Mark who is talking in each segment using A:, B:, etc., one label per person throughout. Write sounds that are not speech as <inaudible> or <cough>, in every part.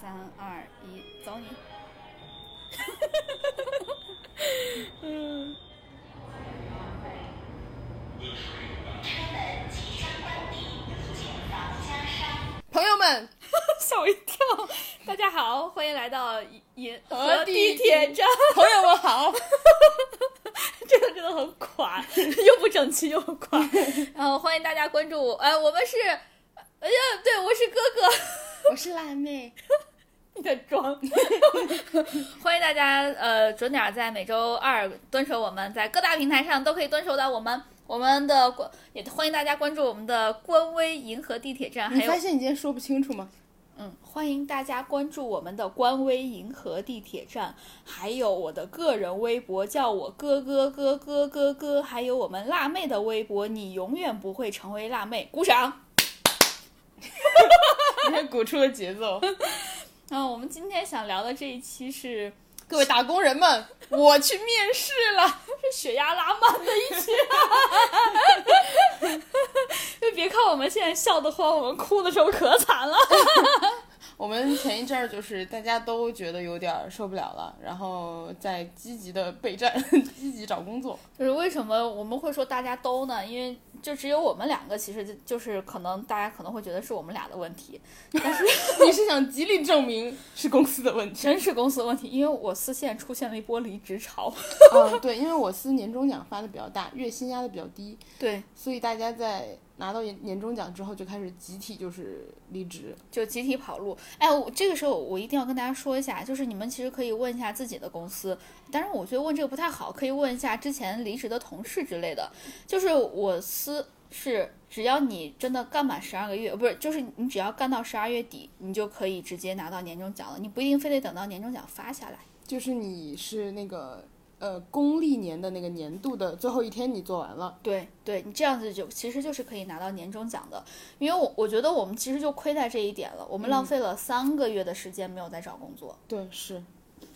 A: 三二一，走你！
B: 嗯。
A: 朋友们， <laughs>
B: 吓我一跳！大家好，欢迎来到银河
A: 地
B: 地
A: 铁
B: 铁站。
A: 朋友们好。
B: 这个真的很 <laughs> 垮，又不整齐又很垮。然后呃欢迎大家关注我，哎，我们是，哎呀，对，我是哥哥，
A: <laughs> 我是辣妹，
B: 你的 <laughs> 妆。欢迎大家，呃，准点儿在每周二蹲守我们，在各大平台上都可以蹲守到我们。我们的官也欢迎大家关注我们的官微“银河地铁站”，还
A: 你
B: 有
A: 发现你今天说不清楚吗？
B: 嗯，欢迎大家关注我们的官微“银河地铁站”，还有我的个人微博，叫我哥哥哥哥哥哥，还有我们辣妹的微博，你永远不会成为辣妹，鼓掌。
A: 你 <laughs> 还鼓出了节 <laughs> 奏。
B: 嗯，我们今天想聊的这一期是
A: 各位打工人 <laughs> 们，我去面试了。
B: <laughs> 是血压拉满的一期、啊， <laughs> 就别看我们现在笑得慌，我们哭的时候可惨了。
A: 我们前一阵儿就是大家都觉得有点儿受不了了，然后在积极的备战， <laughs> 积极找工作。
B: 就是为什么我们会说大家都呢？因为就只有我们两个，其实就就是可能大家可能会觉得是我们俩的问题，
A: 你是想极力证明是公司的问题？
B: 真是公司的问题。因为我私线出现了一波离职潮，
A: 嗯，对，因为我司年终奖发的比较大，月薪压的比较低，
B: 对，
A: 所以大家在拿到年年终奖之后就开始集体就是离职。
B: 就集体跑路。哎，我这个时候我一定要跟大家说一下，就是你们其实可以问一下自己的公司，当然我觉得问这个不太好，可以问一下之前离职的同事之类的。就是我司是只要你真的干满十二个月，不是，就是你只要干到十二月底，你就可以直接拿到年终奖了，你不一定非得等到年终奖发下来。
A: 就是你是那个呃公历年的那个年度的最后一天你做完了，
B: 对对，你这样子就其实就是可以拿到年终奖的，因为我我觉得我们其实就亏在这一点了，我们浪费了三个月的时间没有在找工作。
A: 对，是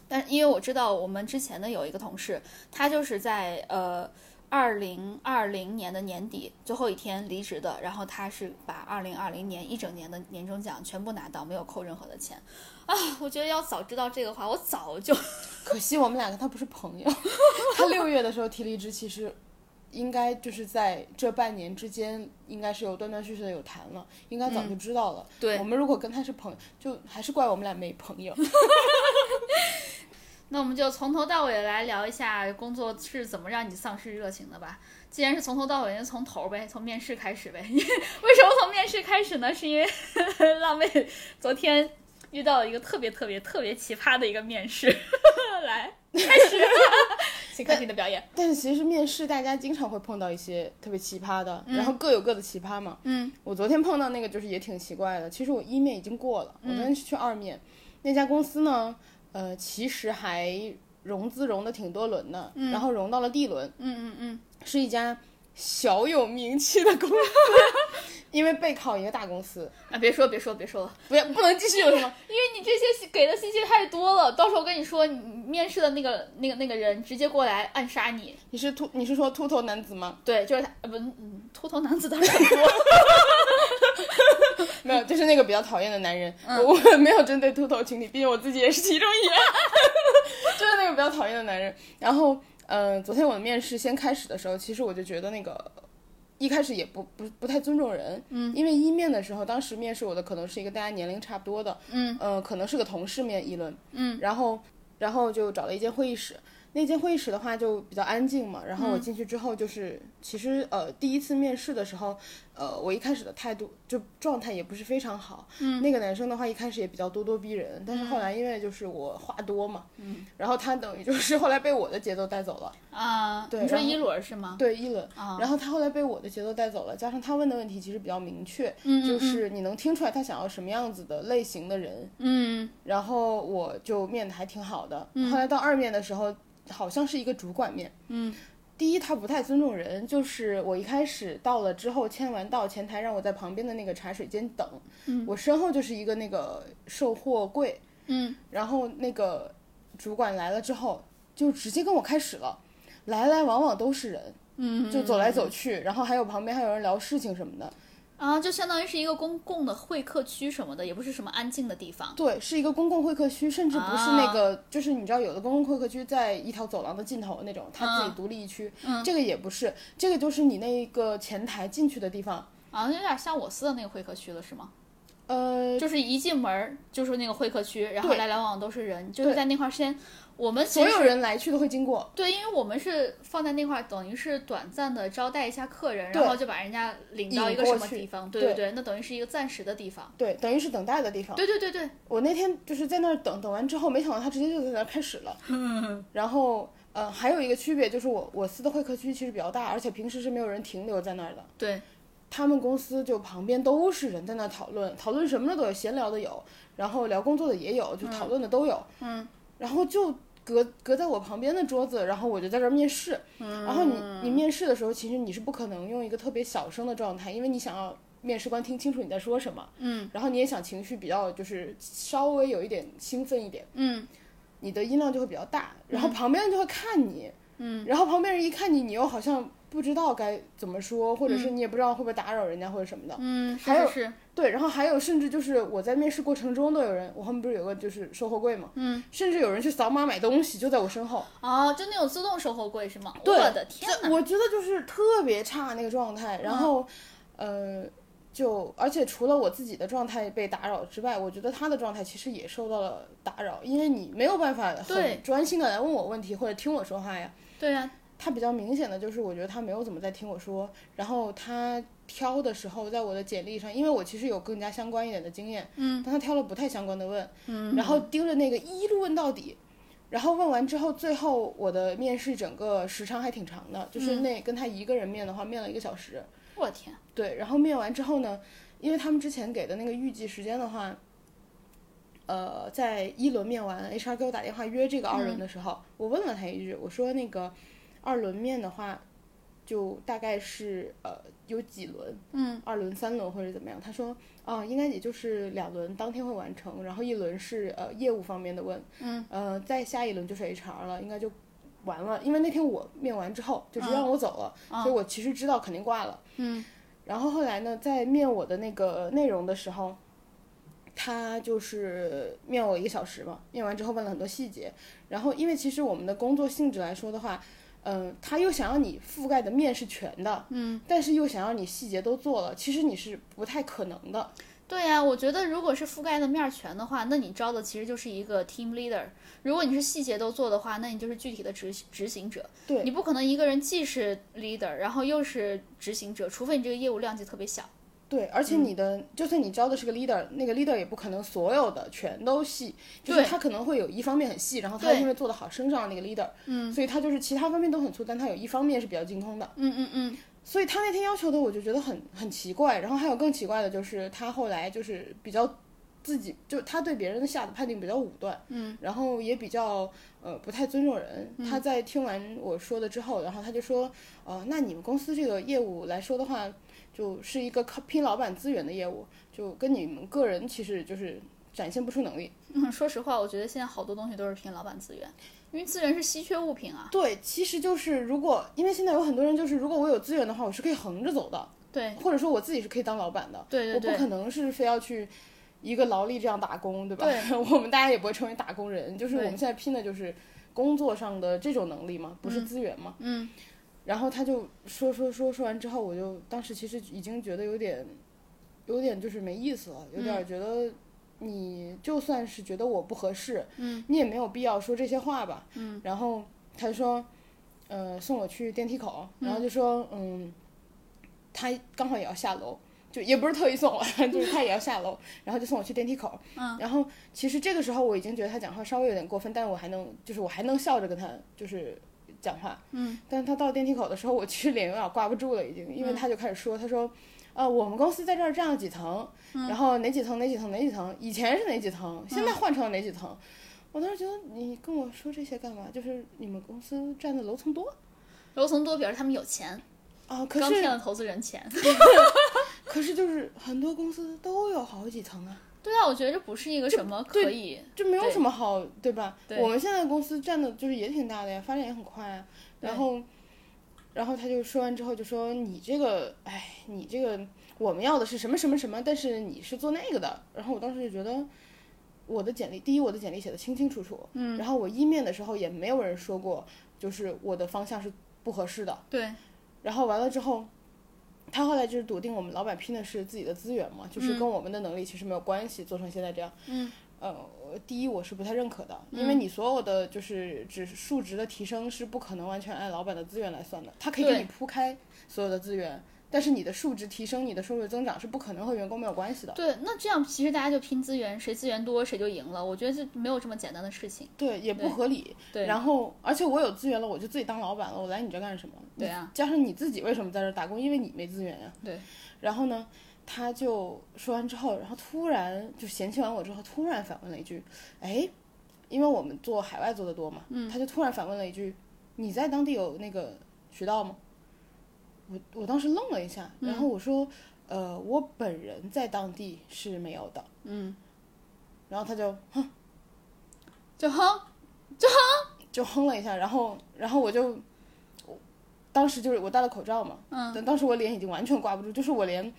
B: 但因为我知道我们之前的有一个同事，他就是在呃二零二零年的年底最后一天离职的，然后他是把二零二零年一整年的年终奖全部拿到，没有扣任何的钱啊！我觉得要早知道这个话，我早就
A: 可惜我们两个他不是朋 <laughs> 友，他六月的时候提离职，其实应该就是在这半年之间，应该是有断断续续的有谈了，应该早就知道了。
B: 对
A: 我们如果跟他是朋友，就还是怪我们俩没朋友。
B: 那我们就从头到尾来聊一下工作是怎么让你丧失热情的吧。既然是从头到尾，就从头呗，从面试开始呗。 <laughs> 为什么从面试开始呢？是因为 <laughs> 辣妹昨天遇到了一个特别特别特别奇葩的一个面试。 <laughs> 来，开始， <laughs> 请开始你的表演。
A: 但是其实面试大家经常会碰到一些特别奇葩的，然后各有各的奇葩嘛。
B: 嗯，
A: 我昨天碰到那个就是也挺奇怪的。其实我一面已经过了，
B: 嗯
A: 我昨天去二面，那家公司呢，呃，其实还融资融的挺多轮的，然后融到了 D 轮，
B: 嗯嗯嗯嗯，
A: 是一家小有名气的公司， <laughs> 因为背靠一个大公司，
B: 啊，别说别说别说了，
A: 不要不能继续有什么？
B: 因为你这些给的信息太多了，到时候我跟你说，你面试的那个那个那个人直接过来暗杀你。
A: 你是秃你是说秃头男子吗？
B: 对，就是他，呃不，嗯，秃头男子当然 <laughs> 很多。
A: 没有，就是那个比较讨厌的男人。
B: 嗯
A: 我 <laughs> 我没有针对秃头群体，毕竟我自己也是其中一人。 <laughs> 就是那个比较讨厌的男人。然后，呃，昨天我的面试先开始的时候，其实我就觉得那个一开始也不不不太尊重人。嗯，因为一面的时候，当时面试我的可能是一个大家年龄差不多的，
B: 嗯，
A: 呃，可能是个同事面议论。
B: 嗯，
A: 然后然后就找了一间会议室。那间会议室的话就比较安静嘛，然后
B: 嗯
A: 我进去之后就是，其实呃第一次面试的时候，呃，我一开始的态度就状态也不是非常好。嗯，那个男生的话一开始也比较咄咄逼人，
B: 嗯
A: 但是后来因为就是我话多嘛，嗯，然后他等于就是后来被我的节奏带走了。
B: 啊，
A: 对
B: 你说
A: 然后
B: 一轮是吗？
A: 对，议论。
B: 啊
A: 然后他后来被我的节奏带走了，加上他问的问题其实比较明确，
B: 嗯嗯
A: 就是你能听出来他想要什么样子的类型的人。
B: 嗯
A: 然后我就面的还挺好的。后来到二面的时候，好像是一个主管面。
B: 嗯，
A: 第一他不太尊重人，就是我一开始到了之后签完到，前台让我在旁边的那个茶水间等。嗯，我身后就是一个那个售货柜，
B: 嗯，
A: 然后那个主管来了之后，就直接跟我开始了，来来往往都是人。
B: 嗯，
A: 就走来走去，然后还有旁边还有人聊事情什么的，
B: 啊，就相当于是一个公共的会客区什么的，也不是什么安静的地方。
A: 对，是一个公共会客区，甚至不是
B: 啊
A: 那个，就是你知道有的公共会客区在一条走廊的尽头那种，它
B: 嗯
A: 自己独立一区，这个也不是，这个就是你那个前台进去的地方。
B: 啊，有点像我司的那个会客区了，是吗？
A: 呃，
B: 就是一进门儿就是那个会客区，然后
A: 对
B: 来来往往都是人，就是在那块儿先，我们其
A: 所有
B: 实
A: 人来去都会经过。
B: 对，因为我们是放在那块儿，等于是短暂的招待一下客人，
A: 对
B: 然后就把人家领到
A: 引
B: 一个
A: 过
B: 什么
A: 去
B: 地方，对
A: 对
B: 对对，那等于是一个暂时的地方。
A: 对，等于是等待的地方。
B: 对对对对，
A: 我那天就是在那儿等，等完之后，没想到他直接就在那儿开始了。
B: 嗯
A: 然后，呃，还有一个区别就是我我司的会客区其实比较大，而且平时是没有人停留在那儿的。
B: 对，
A: 他们公司就旁边都是人在那儿讨论，讨论什么的都有，闲聊的有，然后聊工作的也有，就讨论的都有。嗯，然后就隔隔在我旁边的桌子，然后我就在这儿面试。嗯，然后你你面试的时候，其实你是不可能用一个特别小声的状态，因为你想要。面试官听清楚你在说什么，嗯，然后你也想情绪比较就是稍微有一点兴奋一点，
B: 嗯，
A: 你的音量就会比较大，然后旁边人就会看你，嗯，然后旁边人一看你，你又好像不知道该怎么说，或者是你也不知道会不会打扰人家或者什么的，
B: 嗯，是
A: 还有
B: 是是，
A: 对。然后还有甚至就是我在面试过程中都有人，我后面不是有个就是售货柜嘛，嗯，甚至有人去扫码买东西就在我身后，
B: 哦，就那种自动售货柜是吗？
A: 对
B: 我的天
A: 这
B: 哪！嗯
A: 我觉得就是特别差那个状态，然后，呃。就而且除了我自己的状态被打扰之外，我觉得他的状态其实也受到了打扰，因为你没有办法
B: 对
A: 很专心的来问我问题或者听我说话呀。
B: 对啊呀、
A: 他比较明显的就是，我觉得他没有怎么在听我说，然后他挑的时候，在我的简历上，因为我其实有更加相关一点的经验，嗯，但他挑了不太相关的问，嗯，然后盯着那个一路问到底，然后问完之后，最后我的面试整个时长还挺长的，就是那跟他一个人面的话，面了一个小时，
B: 我的天，
A: 对，然后面完之后呢，因为他们之前给的那个预计时间的话，呃，在一轮面完，HR 给我打电话约这个二轮的时候，我问了他一句，我说那个二轮面的话，就大概是呃有几轮，嗯，二轮、三轮或者怎么样？他说，哦、应该也就是两轮当天会完成，然后一轮是呃业务方面的问，嗯，呃，再下一轮就是 HR 了，应该就。完了，因为那天我面完之后就直接让我走了，所以我其实知道肯定挂了。然后后来呢，在面我的那个内容的时候，他就是面我一个小时嘛，面完之后问了很多细节。然后因为其实我们的工作性质来说的话，嗯、他又想让你覆盖的面是全的，嗯，但是又想让你细节都做了，其实你是不太可能的。
B: 对呀、我觉得如果是覆盖的面儿全的话，那你招的其实就是一个 team leader。如果你是细节都做的话，那你就是具体的执执行者。
A: 对
B: 你不可能一个人既是 leader，然后又是执行者，除非你这个业务量级特别小。
A: 对，而且你的、就算你招的是个 leader，那个 leader 也不可能所有的全都细，就是
B: 对
A: 他可能会有一方面很细，然后他
B: 对
A: 因为做得好升上了那个 leader，嗯，所以他就是其他方面都很粗，但他有一方面是比较精通的。
B: 嗯嗯嗯，
A: 所以他那天要求的我就觉得很很奇怪，然后还有更奇怪的就是他后来就是比较自己就他对别人的下的判定比较武断，嗯，然后也比较呃不呃太尊重人。嗯他在听完我说的之后，然后他就说，呃，那你们公司这个业务来说的话，就是一个靠拼老板资源的业务，就跟你们个人其实就是展现不出能力。
B: 嗯，说实话，我觉得现在好多东西都是拼老板资源，因为资源是稀缺物品啊。
A: 对，其实就是如果因为现在有很多人就是如果我有资源的话，我是可以横着走的，
B: 对
A: 或者说我自己是可以当老板的，
B: 对对
A: 我不可
B: 对，
A: 能是非要去一个劳力这样打工，对吧？
B: 对
A: <laughs> 我们大家也不会成为打工人，就是我
B: 对
A: 们现在拼的就是工作上的这种能力嘛，不是资源嘛。
B: 嗯，
A: 然后他就说说说说完之后，我就当时其实已经觉得有点，有点就是没意思了，有
B: 嗯
A: 点觉得你就算是觉得我不合适，嗯，你也没有必要说这些话吧，嗯。然后他就说，呃，送我去电梯口，然后就说，嗯，他刚好也要下楼。就也不是特意送我， <laughs> 就是他也要下楼，然后就送我去电梯口。嗯，然后其实这个时候我已经觉得他讲话稍微有点过分，但我还能就是我还能笑着跟他就是讲话。但是他到电梯口的时候，我其实脸有点挂不住了，已经，因为他就开始说，他说，呃，我们公司在这儿占了几层，然后哪几层哪几层哪几层，以前是哪几层，现在换成了哪几层。我当时觉得你跟我说这些干嘛？就是你们公司占的楼层多
B: 楼层多表示他们有钱，
A: 啊，可
B: 刚
A: 是
B: 骗了投资人钱。
A: 可是就是很多公司都有好几层啊，
B: 对啊，我觉得这不是一个什么可以。
A: 这没有什么好对吧
B: 对
A: 我们现在公司占的就是也挺大的呀，发展也很快啊。然后，然后他就说完之后就说你这个，哎，你这个，我我们要的是什么什么什么，但是你是做那个的。然后我当时就觉得，我的简历，第一，我的简历写的清清楚楚，嗯，然后我一面的时候也没有人说过，就是我的方向是不合适的。
B: 对，
A: 然后完了之后，他后来就是笃定我们老板拼的是自己的资源嘛，就是跟我们的能力其实没有关系，做成现在这样。
B: 嗯，
A: 呃，我第一我是不太认可的，因为你所有的就是指数值的提升是不可能完全按老板的资源来算的，他可以给
B: 对
A: 你铺开所有的资源，但是你的数值提升、你的收入增长是不可能和员工没有关系的。
B: 对，那这样其实大家就拼资源，谁资源多谁就赢了。我觉得这没有这么简单的事情。
A: 对，也不合理。
B: 对
A: 然后，而且我有资源了，我就自己当老板了，我来你这干什么？
B: 对啊，
A: 加上你自己为什么在这儿打工？因为你没资源呀、
B: 对，
A: 然后呢，他就说完之后，然后突然就嫌弃完我之后，突然反问了一句：“哎，因为我们做海外做的多嘛，
B: 嗯
A: 他就突然反问了一句：你在当地有那个渠道吗？”我我当时愣了一下，
B: 嗯
A: 然后我说：“呃，我本人在当地是没有的。”嗯，然后他就
B: 就哼，
A: 就哼了一下，然后然后我就，我当时就是我戴了口罩嘛，
B: 嗯，
A: 但当时我脸已经完全挂不住，就是我连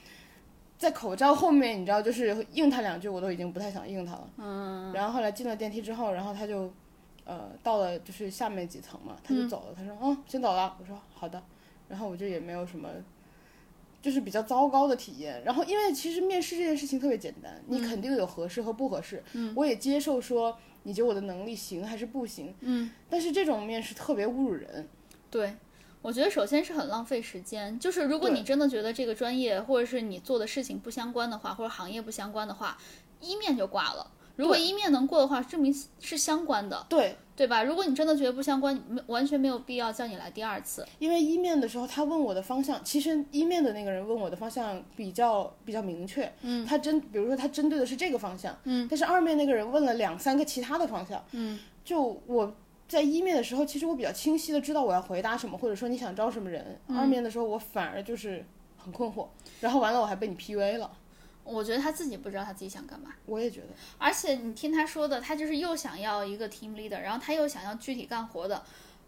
A: 在口罩后面，你知道，就是应他两句，我都已经不太想应他了。嗯，然后后来进了电梯之后，然后他就，呃，到了就是下面几层嘛，他就走了，他说嗯，先走了，我说好的，然后我就也没有什么。就是比较糟糕的体验，然后因为其实面试这件事情特别简单，你肯定有合适和不合适。嗯，我也接受说你觉得我的能力行还是不行，但是这种面试特别侮辱人。
B: 对。我觉得首先是很浪费时间，就是如果你真的觉得这个专业或者是你做的事情不相关的话，或者行业不相关的话，一面就挂了。如果一面能过的话，证明是相关的，
A: 对，
B: 对吧？如果你真的觉得不相关，没完全没有必要叫你来第二次。
A: 因为一面的时候，他问我的方向，其实一面的那个人问我的方向比较比较明确，嗯，他针，比如说他针对的是这个方向，嗯，但是二面那个人问了两三个其他的方向，嗯，就我。在一面的时候，其实我比较清晰的知道我要回答什么，或者说你想招什么人。二面的时候，我反而就是很困惑，然后完了我还被你 PUA 了。
B: 我觉得他自己不知道他自己想干嘛。
A: 我也觉得，
B: 而且你听他说的，他就是又想要一个 team leader，然后他又想要具体干活的。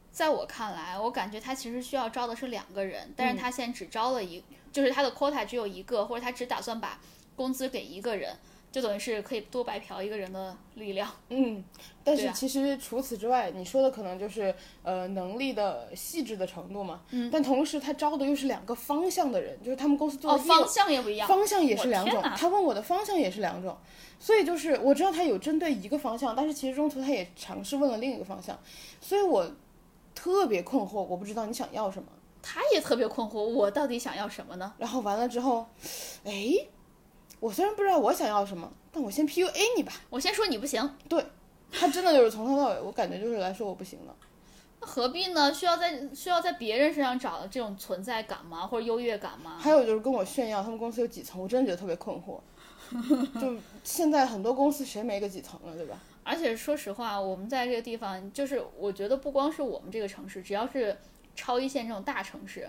B: 在我看来，我感觉他其实需要招的是两个人，但是他现在只招了一，就是他的 quota 只有一个，或者他只打算把工资给一个人，就等于是可以多白嫖一个人的力量。
A: 嗯，但
B: 对
A: 是
B: 啊
A: 其实除此之外，你说的可能就是呃能力的细致的程度嘛。嗯。但同时，他招的又是两个方向的人，就是他们公司做
B: 哦，
A: 的业务、
B: 方向也不一样。
A: 方向也是两
B: 我
A: 种
B: 天。哪
A: 他问我的方向也是两种，所以就是我知道他有针对一个方向，但是其实中途他也尝试问了另一个方向，所以我特别困惑，我不知道你想要什么。
B: 他也特别困惑，我到底想要什么呢？
A: 然后完了之后，哎，我虽然不知道我想要什么，但我先 PUA 你吧。
B: 我先说你不行，
A: 他真的就是从头到尾，我感觉就是来说我不行了。
B: 那何必呢？需要在需要在别人身上找这种存在感吗？或者优越感吗？
A: 还有就是跟我炫耀他们公司有几层，我真的觉得特别困惑。就现在很多公司谁没个几层了，对吧？
B: 而且说实话，我们在这个地方，就是我觉得不光是我们这个城市，只要是超一线这种大城市，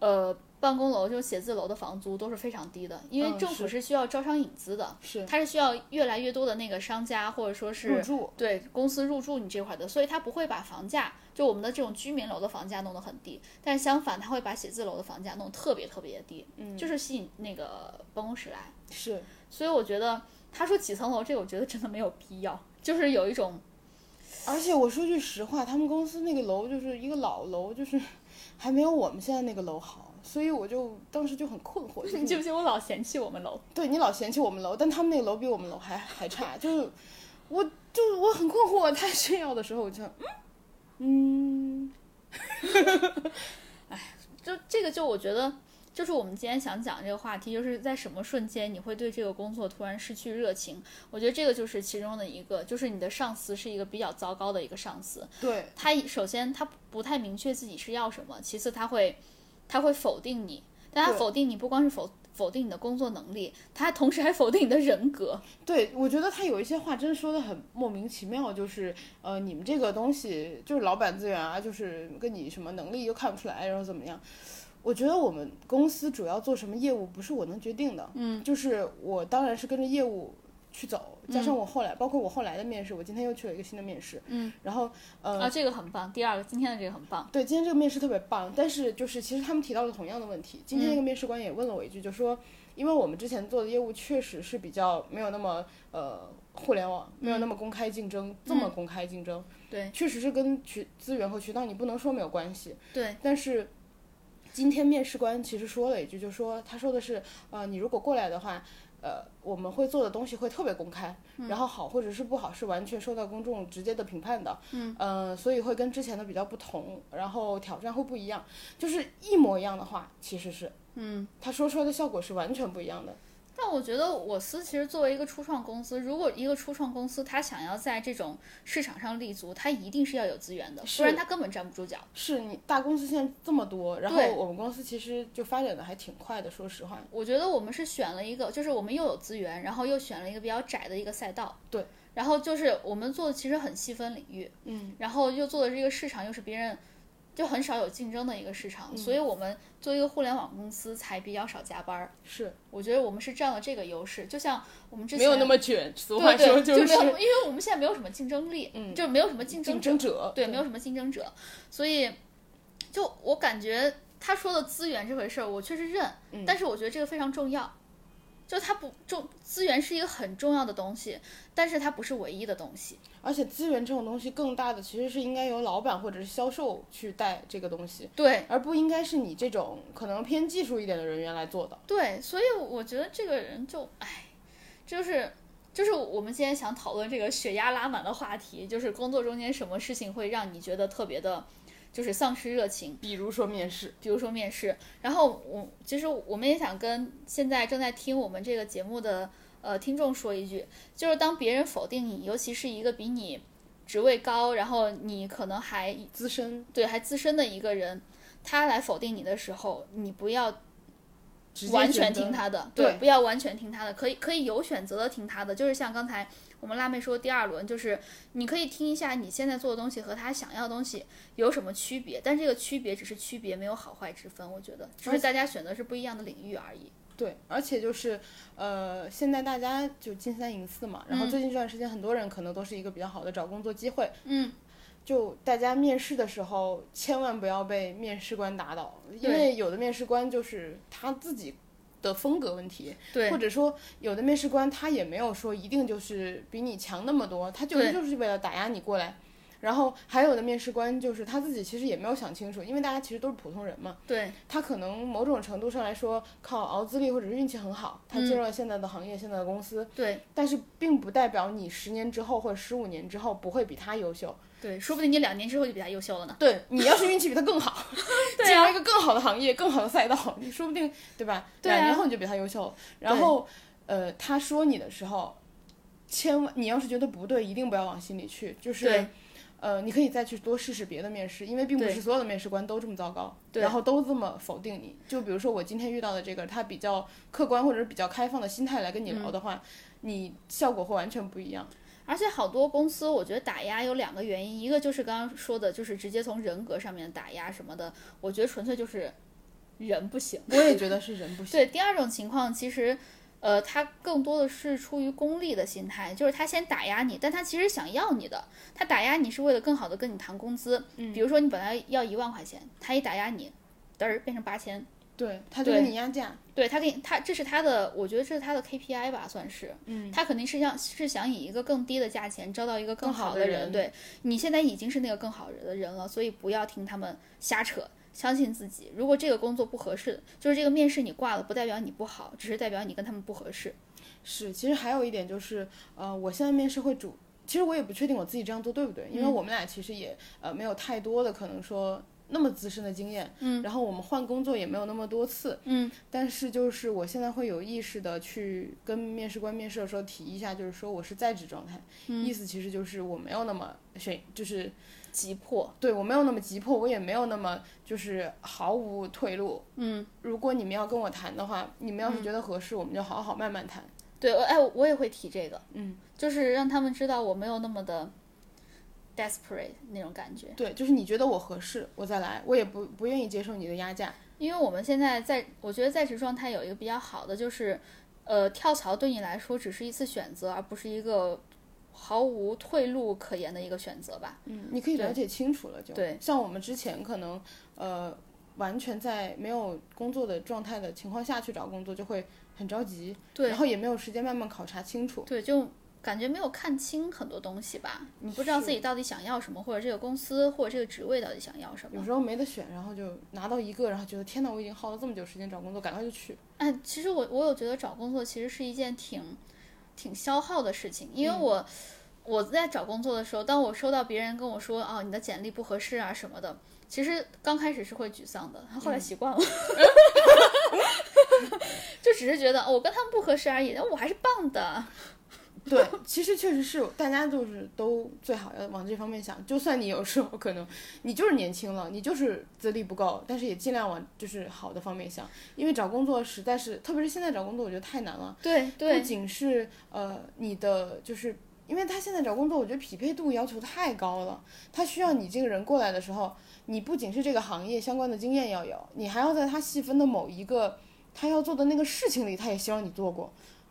B: 呃，办公楼这种写字楼的房租都是非常低的，因为
A: 嗯
B: 政府
A: 是
B: 是需要招商引资的，
A: 是
B: 它是需要越来越多的那个商家或者说
A: 入
B: 是
A: 住，
B: 对公司入驻你这块的，所以它不会把房价，就我们的这种居民楼的房价弄得很低，但是相反，它会把写字楼的房价弄得特别特别低，
A: 嗯
B: 就是吸引那个办公室来。
A: 是
B: 所以我觉得他说几层楼这个，我觉得真的没有必要，就是有一种
A: 而且我说句实话，他们公司那个楼就是一个老楼，就是 <laughs> 还没有我们现在那个楼好，所以我就当时就很
B: <laughs>
A: 困惑，就是
B: 你记不记得我老嫌弃我们楼？
A: 对你老嫌弃我们楼，但他们那个楼比我们楼还还差，就是我就是我很困惑，他炫耀的时候我就想嗯嗯，
B: 就这个就我觉得。就是我们今天想讲这个话题，就是在什么瞬间你会对这个工作突然失去热情？我觉得这个就是其中的一个，就是你的上司是一个比较糟糕的一个上司，
A: 对，
B: 他首先他不太明确自己是要什么，其次他会他会否定你，但他
A: 对
B: 否定你不光是否否定你的工作能力，他还同时还否定你的人格。
A: 对，我觉得他有一些话真说的很莫名其妙，就是呃，你们这个东西就是老板资源啊，就是跟你什么能力又看不出来，然后怎么样？我觉得我们公司主要做什么业务不是我能决定的，嗯，就是我当然是跟着业务去走，加上我后来，包括我后来的面试，我今天又去了一个新的面试，嗯，然后呃，
B: 啊，这个很棒。第二个，今天的这个很棒。
A: 对，今天这个面试特别棒，但是就是其实他们提到了同样的问题。今
B: 嗯
A: 天那个面试官也问了我一句，就说，因为我们之前做的业务确实是比较没有那么呃互联网，没有那么公开竞争，这么公开竞争，
B: 嗯对
A: 确实是跟渠资源和渠道你不能说没有关系，
B: 对，
A: 但是今天面试官其实说了一句，就说他说的是，呃，你如果过来的话，呃，我们会做的东西会特别公开，
B: 嗯
A: 然后好或者是不好是完全受到公众直接的评判的，嗯，呃，所以会跟之前的比较不同，然后挑战会不一样，就是一模一样的话，其实是，嗯，他说出来的效果是完全不一样的，
B: 但我觉得我司其实作为一个初创公司，如果一个初创公司它想要在这种市场上立足，它一定是要有资源的，
A: 是
B: 不然它根本站不住脚。
A: 是你大公司现在这么多，然后
B: 对
A: 我们公司其实就发展的还挺快的，说实话，
B: 我觉得我们是选了一个，就是我们又有资源，然后又选了一个比较窄的一个赛道。
A: 对。
B: 然后就是我们做的其实很细分领域，
A: 嗯，
B: 然后又做的这个市场又是别人就很少有竞争的一个市
A: 嗯
B: 场，所以我们作为一个互联网公司才比较少加班儿。
A: 是
B: 我觉得我们是占了这个优势，就像我们之前
A: 没有那么卷，俗话
B: 对
A: 说
B: 对，
A: 就是
B: 没有，因为我们现在没有什么竞争力，
A: 嗯
B: 就是没有什么竞争
A: 竞
B: 者，
A: 争者，
B: 对，没有什么竞争者，所以就我感觉他说的资源这回事儿，我确实认，
A: 嗯
B: 但是我觉得这个非常重要，就它不重资源是一个很重要的东西，但是它不是唯一的东西，
A: 而且资源这种东西更大的其实是应该由老板或者是销售去带这个东西，
B: 对
A: 而不应该是你这种可能偏技术一点的人员来做的。
B: 对，所以我觉得这个人就哎，就是。就是我们今天想讨论这个血压拉满的话题，就是工作中间什么事情会让你觉得特别的，就是丧失热情，
A: 比如说面试，
B: 比如说面试。然后我其实我们也想跟现在正在听我们这个节目的呃听众说一句，就是当别人否定你，尤其是一个比你职位高，然后你可能还
A: 资深
B: 对还资深的一个人，他来否定你的时候，你不要
A: 直接
B: 完
A: 觉
B: 全
A: 得
B: 听他的，
A: 对
B: 不要完全听他的，可以可以有选择的听他的，就是像刚才。我们辣妹说，第二轮就是你可以听一下你现在做的东西和他想要的东西有什么区别，但这个区别只是区别，没有好坏之分。我觉得只
A: 而
B: 是大家选择是不一样的领域而已。
A: 对，而且就是呃，现在大家就金三银四嘛，然后最近这段时间很多人可能都是一个比较好的找工作机会，
B: 嗯，
A: 就大家面试的时候，千万不要被面试官打倒，因
B: 对
A: 为有的面试官就是他自己的风格问题，
B: 对
A: 或者说有的面试官他也没有说一定就是比你强那么多，他就是
B: 对
A: 就是为了打压你过来。然后还有的面试官就是他自己其实也没有想清楚，因为大家其实都是普通人嘛，
B: 对
A: 他可能某种程度上来说靠熬资历或者是运气很好，他进入了现在的行业、现在的公司，
B: 对
A: 但是并不代表你十年之后或者十五年之后不会比他优秀。
B: 对，说不定你两年之后就比他优秀了 <laughs> 呢。
A: 对你要是运气比他更好，
B: <laughs> 对
A: 进
B: 啊
A: 入一个更好的行业、更好的赛道， <laughs> 你说不定对吧？
B: 对啊
A: 两年后你就比他优秀了。然后，呃，他说你的时候，千万你要是觉得不对，一定不要往心里去，就是
B: 对。
A: 呃，你可以再去多试试别的面试，因为并不
B: 对
A: 是所有的面试官都这么糟糕，
B: 对
A: 然后都这么否定你。就比如说我今天遇到的这个，他比较客观或者是比较开放的心态来跟你聊的话，
B: 嗯
A: 你效果会完全不一样。
B: 而且好多公司，我觉得打压有两个原因，一个就是刚刚说的，就是直接从人格上面打压什么的，我觉得纯粹就是人不行。
A: 我也觉得是人不行。
B: 对，第二种情况其实，呃，他更多的是出于功利的心态，就是他先打压你，但他其实想要你的，他打压你是为了更好的跟你谈工资。嗯，比如说你本来要一万块钱，他一打压你，嘚儿变成八千。
A: 对，他就
B: <laughs> 对
A: 跟你压价，
B: 对他给你，他这是他的，我觉得这是他的 KPI 吧，算是，嗯，他肯定是想是想以一个更低的价钱招到一个
A: 更好
B: 好
A: 的
B: 人，
A: 人
B: 对你现在已经是那个更好的人了，所以不要听他们瞎扯，相信自己。如果这个工作不合适，就是这个面试你挂了，不代表你不好，只是代表你跟他们不合适。
A: 是，其实还有一点就是，呃，我现在面试会主，其实我也不确定我自己这样做对不对，
B: 嗯
A: 因为我们俩其实也呃没有太多的可能说那么资深的经验，嗯，然后我们换工作也没有那么多次，
B: 嗯，
A: 但是就是我现在会有意识的去跟面试官面试的时候提一下，就是说我是在职状态，
B: 嗯
A: 意思其实就是我没有那么选，就是
B: 急迫，
A: 对我没有那么急迫，我也没有那么就是毫无退路，嗯，如果你们要跟我谈的话，你们要
B: 嗯
A: 是觉得合适，我们就好好慢慢谈。
B: 对，我哎，我也会提这个，嗯，就是让他们知道我没有那么的 desperate 那种感觉。
A: 对，就是你觉得我合适，我再来，我也不不愿意接受你的压价。
B: 因为我们现在在，我觉得在职状态有一个比较好的就是，呃，跳槽对你来说只是一次选择，而不是一个毫无退路可言的一个选择吧。
A: 嗯，你可以了解清楚了就。
B: 对，
A: 像我们之前可能呃，完全在没有工作的状态的情况下去找工作，就会很着急，
B: 对
A: 然后也没有时间慢慢考察清楚。
B: 对，就感觉没有看清很多东西吧，你不知道自己到底想要什么，或者这个公司或者这个职位到底想要什
A: 有
B: 么。
A: 时候没得选，然后就拿到一个，然后觉得天哪，我已经耗了这么久时间找工作，赶快就去。
B: 哎，其实我我有觉得找工作其实是一件挺挺消耗的事情，因为我、我在找工作的时候，当我收到别人跟我说哦你的简历不合适啊什么的，其实刚开始是会沮丧的，后来习惯了， <laughs> 就只是觉得、哦、我跟他们不合适而已，但我还是棒的。
A: 对，其实确实是，大家就是都最好要往这方面想。就算你有时候可能你就是年轻了，你就是资历不够，但是也尽量往就是好的方面想，因为找工作实在是，特别是现在找工作，我觉得太难了。
B: 对
A: 不仅是呃你的，就是因为他现在找工作，我觉得匹配度要求太高了。他需要你这个人过来的时候，你不仅是这个行业相关的经验要有，你还要在他细分的某一个他要做的那个事情里，他也希望你做过，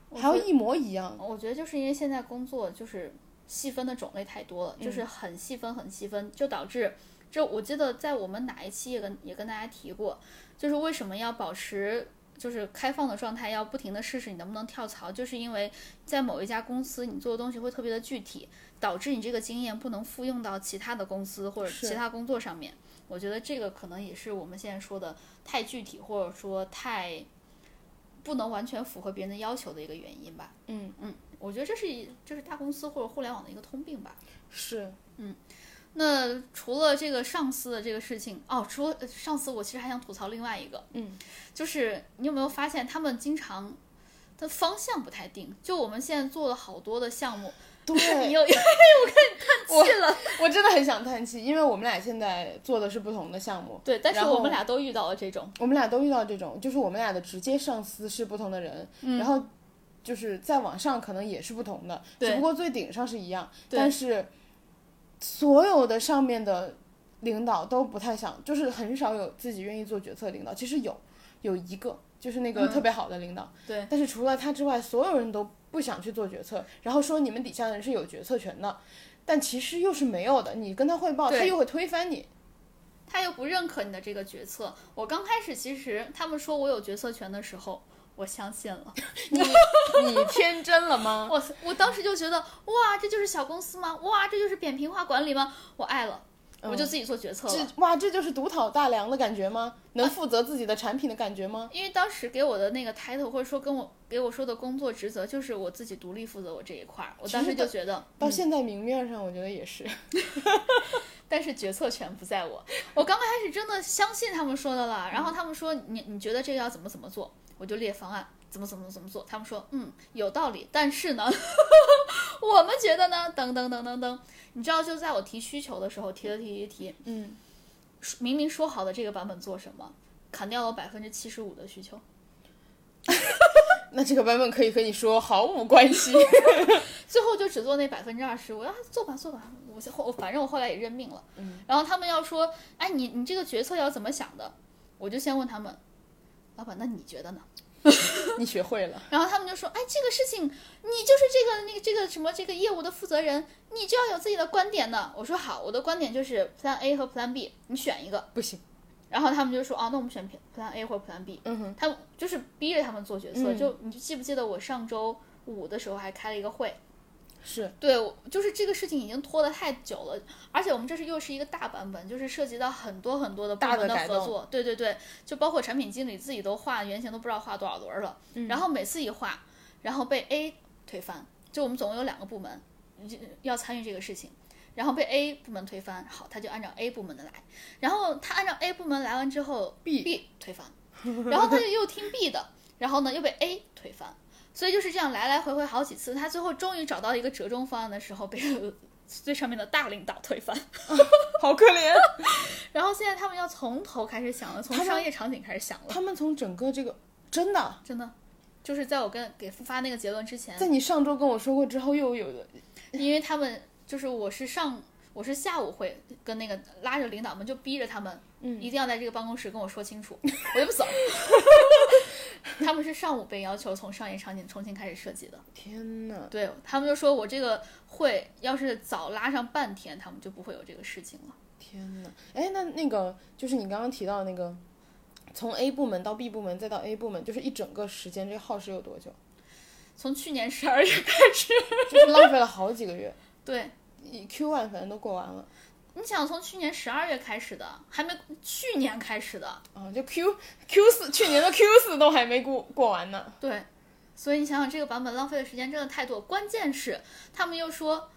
B: 我
A: 还要一模一样。
B: 我觉得就是因为现在工作就是细分的种类太多了，就是很细分很细分，就导致就我记得在我们哪一期也跟也跟大家提过，就是为什么要保持。就是开放的状态，要不停的试试你能不能跳槽，就是因为在某一家公司你做的东西会特别的具体，导致你这个经验不能复用到其他的公司或者
A: 是
B: 其他工作上面。我觉得这个可能也是我们现在说的太具体，或者说太不能完全符合别人的要求的一个原因吧。
A: 嗯
B: 嗯，我觉得这是一这是大公司或者互联网的一个通病吧。
A: 是，
B: 那除了这个上司的这个事情，哦，除了呃上司，我其实还想吐槽另外一个，
A: 嗯，
B: 就是你有没有发现他们经常的方向不太定？就我们现在做了好多的项目， <laughs> 你
A: 对，
B: 有，我看你叹气了，
A: 我真的很想叹气，因为我们俩现在做的是不同的项目。
B: 对，但是
A: 然后
B: 我们俩都遇到了这种，
A: 我们俩都遇到这种，就是我们俩的直接上司是不同的人，
B: 嗯
A: 然后就是再往上可能也是不同的，
B: 对
A: 只不过最顶上是一样，
B: 对
A: 但是所有的上面的领导都不太想，就是很少有自己愿意做决策的领导。其实有有一个，就是那个特别好的领导，
B: 嗯对
A: 但是除了他之外，所有人都不想去做决策，然后说你们底下的人是有决策权的。但其实又是没有的，你跟他汇报，
B: 对
A: 他又会推
B: <laughs>
A: 翻你。
B: 他又不认可你的这个决策。我刚开始其实他们说我有决策权的时候，我相信了。
A: 你天真了吗？
B: 我我当时就觉得，哇，这就是小公司吗？哇，这就是扁平化管理吗？我爱了，我就自己做决策了。
A: 这哇，这嗯就是独讨大梁的感觉吗？能负责自己的产品的感觉吗？
B: 因为当时给我的那个 title，或者说跟我给我说的工作职责，就是我自己独立负责我这一块儿。我当时就觉得，
A: 到现在明面上，我觉得也是。 <laughs>
B: 但是决策权不在我。我刚开始真的相信他们说的了，然后他们说你你觉得这个要怎么怎么做，我就列方案，怎么怎么怎么做。他们说嗯有道理，但是呢，我们觉得呢，等等等等等，你知道就在我提需求的时候提了提提提，
A: 嗯，
B: 明明说好的这个版本做什么，砍掉了百分之七十五的需求。
A: 那这个版本可以和你说毫无关系。 <laughs>
B: 最后就只做那百分之二十，我要做吧做吧，我后我反正我后来也认命了。
A: 嗯
B: 然后他们要说，哎，你你这个决策要怎么想的？我就先问他们，老板，那你觉得呢？
A: 你学会了，
B: 然后他们就说，哎，这个事情你就是这个那个这个什么这个业务的负责人，你就要有自己的观点呢。我说好，我的观点就是 Plan A 和 Plan B，你选一个。
A: 不行，
B: 然后他们就说，哦，那我们选 Plan A 或 Plan B。
A: 嗯哼，
B: 他们就是逼着他们做决策。
A: 嗯
B: 就你记不记得我上周五的时候还开了一个会？
A: 是
B: 对，我就是这个事情已经拖得太久了，而且我们这是又是一个大版本，就是涉及到很多很多的部
A: 大
B: 门
A: 的
B: 的
A: 改
B: 合
A: 动
B: 作。对对对，就包括产品经理自己都画原型都不知道画多少轮了，
A: 嗯
B: 然后每次一画，然后被 A 推翻。就我们总共有两个部门就要参与这个事情，然后被 A 部门推翻，好，他就按照 A 部门的来，然后他按照 A 部门来完之后
A: B
B: B 推翻，然后他就又听 B 的，然后呢又被 A 推翻，所以就是这样来来回回好几次，他最后终于找到一个折中方案的时候，被 <laughs> 最上面的大领导推翻。
A: <laughs> 好可怜。
B: <laughs> 然后现在他们要从头开始想了，从
A: 他们
B: 商业场景开始想了，
A: 他们从整个这个真的，
B: 真的。就是在我跟给发那个结论之前，
A: 在你上周跟我说过之后，又有的
B: 因为他们就是我是上我是下午会跟那个拉着领导们就逼着他们，嗯，一定要在这个办公室跟我说清楚，我就不走。他们是上午被要求从商业场景重新开始设计的。
A: 嗯天哪，
B: 对他们就说，我这个会要是早拉上半天，他们就不会有这个事情了。
A: 天哪！哎，那那个就是你刚刚提到那个，从 A 部门到 B 部门再到 A 部门，就是一整个时间，这个耗时有多久？ <laughs>
B: 从去年十二月 <laughs> 开始，
A: 就是浪费了好几个月。
B: 对，
A: 一 Q one 反正都过完了，
B: 你想从去年十二月开始的，还没去年开始的，
A: 啊，就 Q Q 四去年的 Q 四都还没过过完呢。
B: 对，所以你想想这个版本浪费的时间真的太多。关键是他们又说，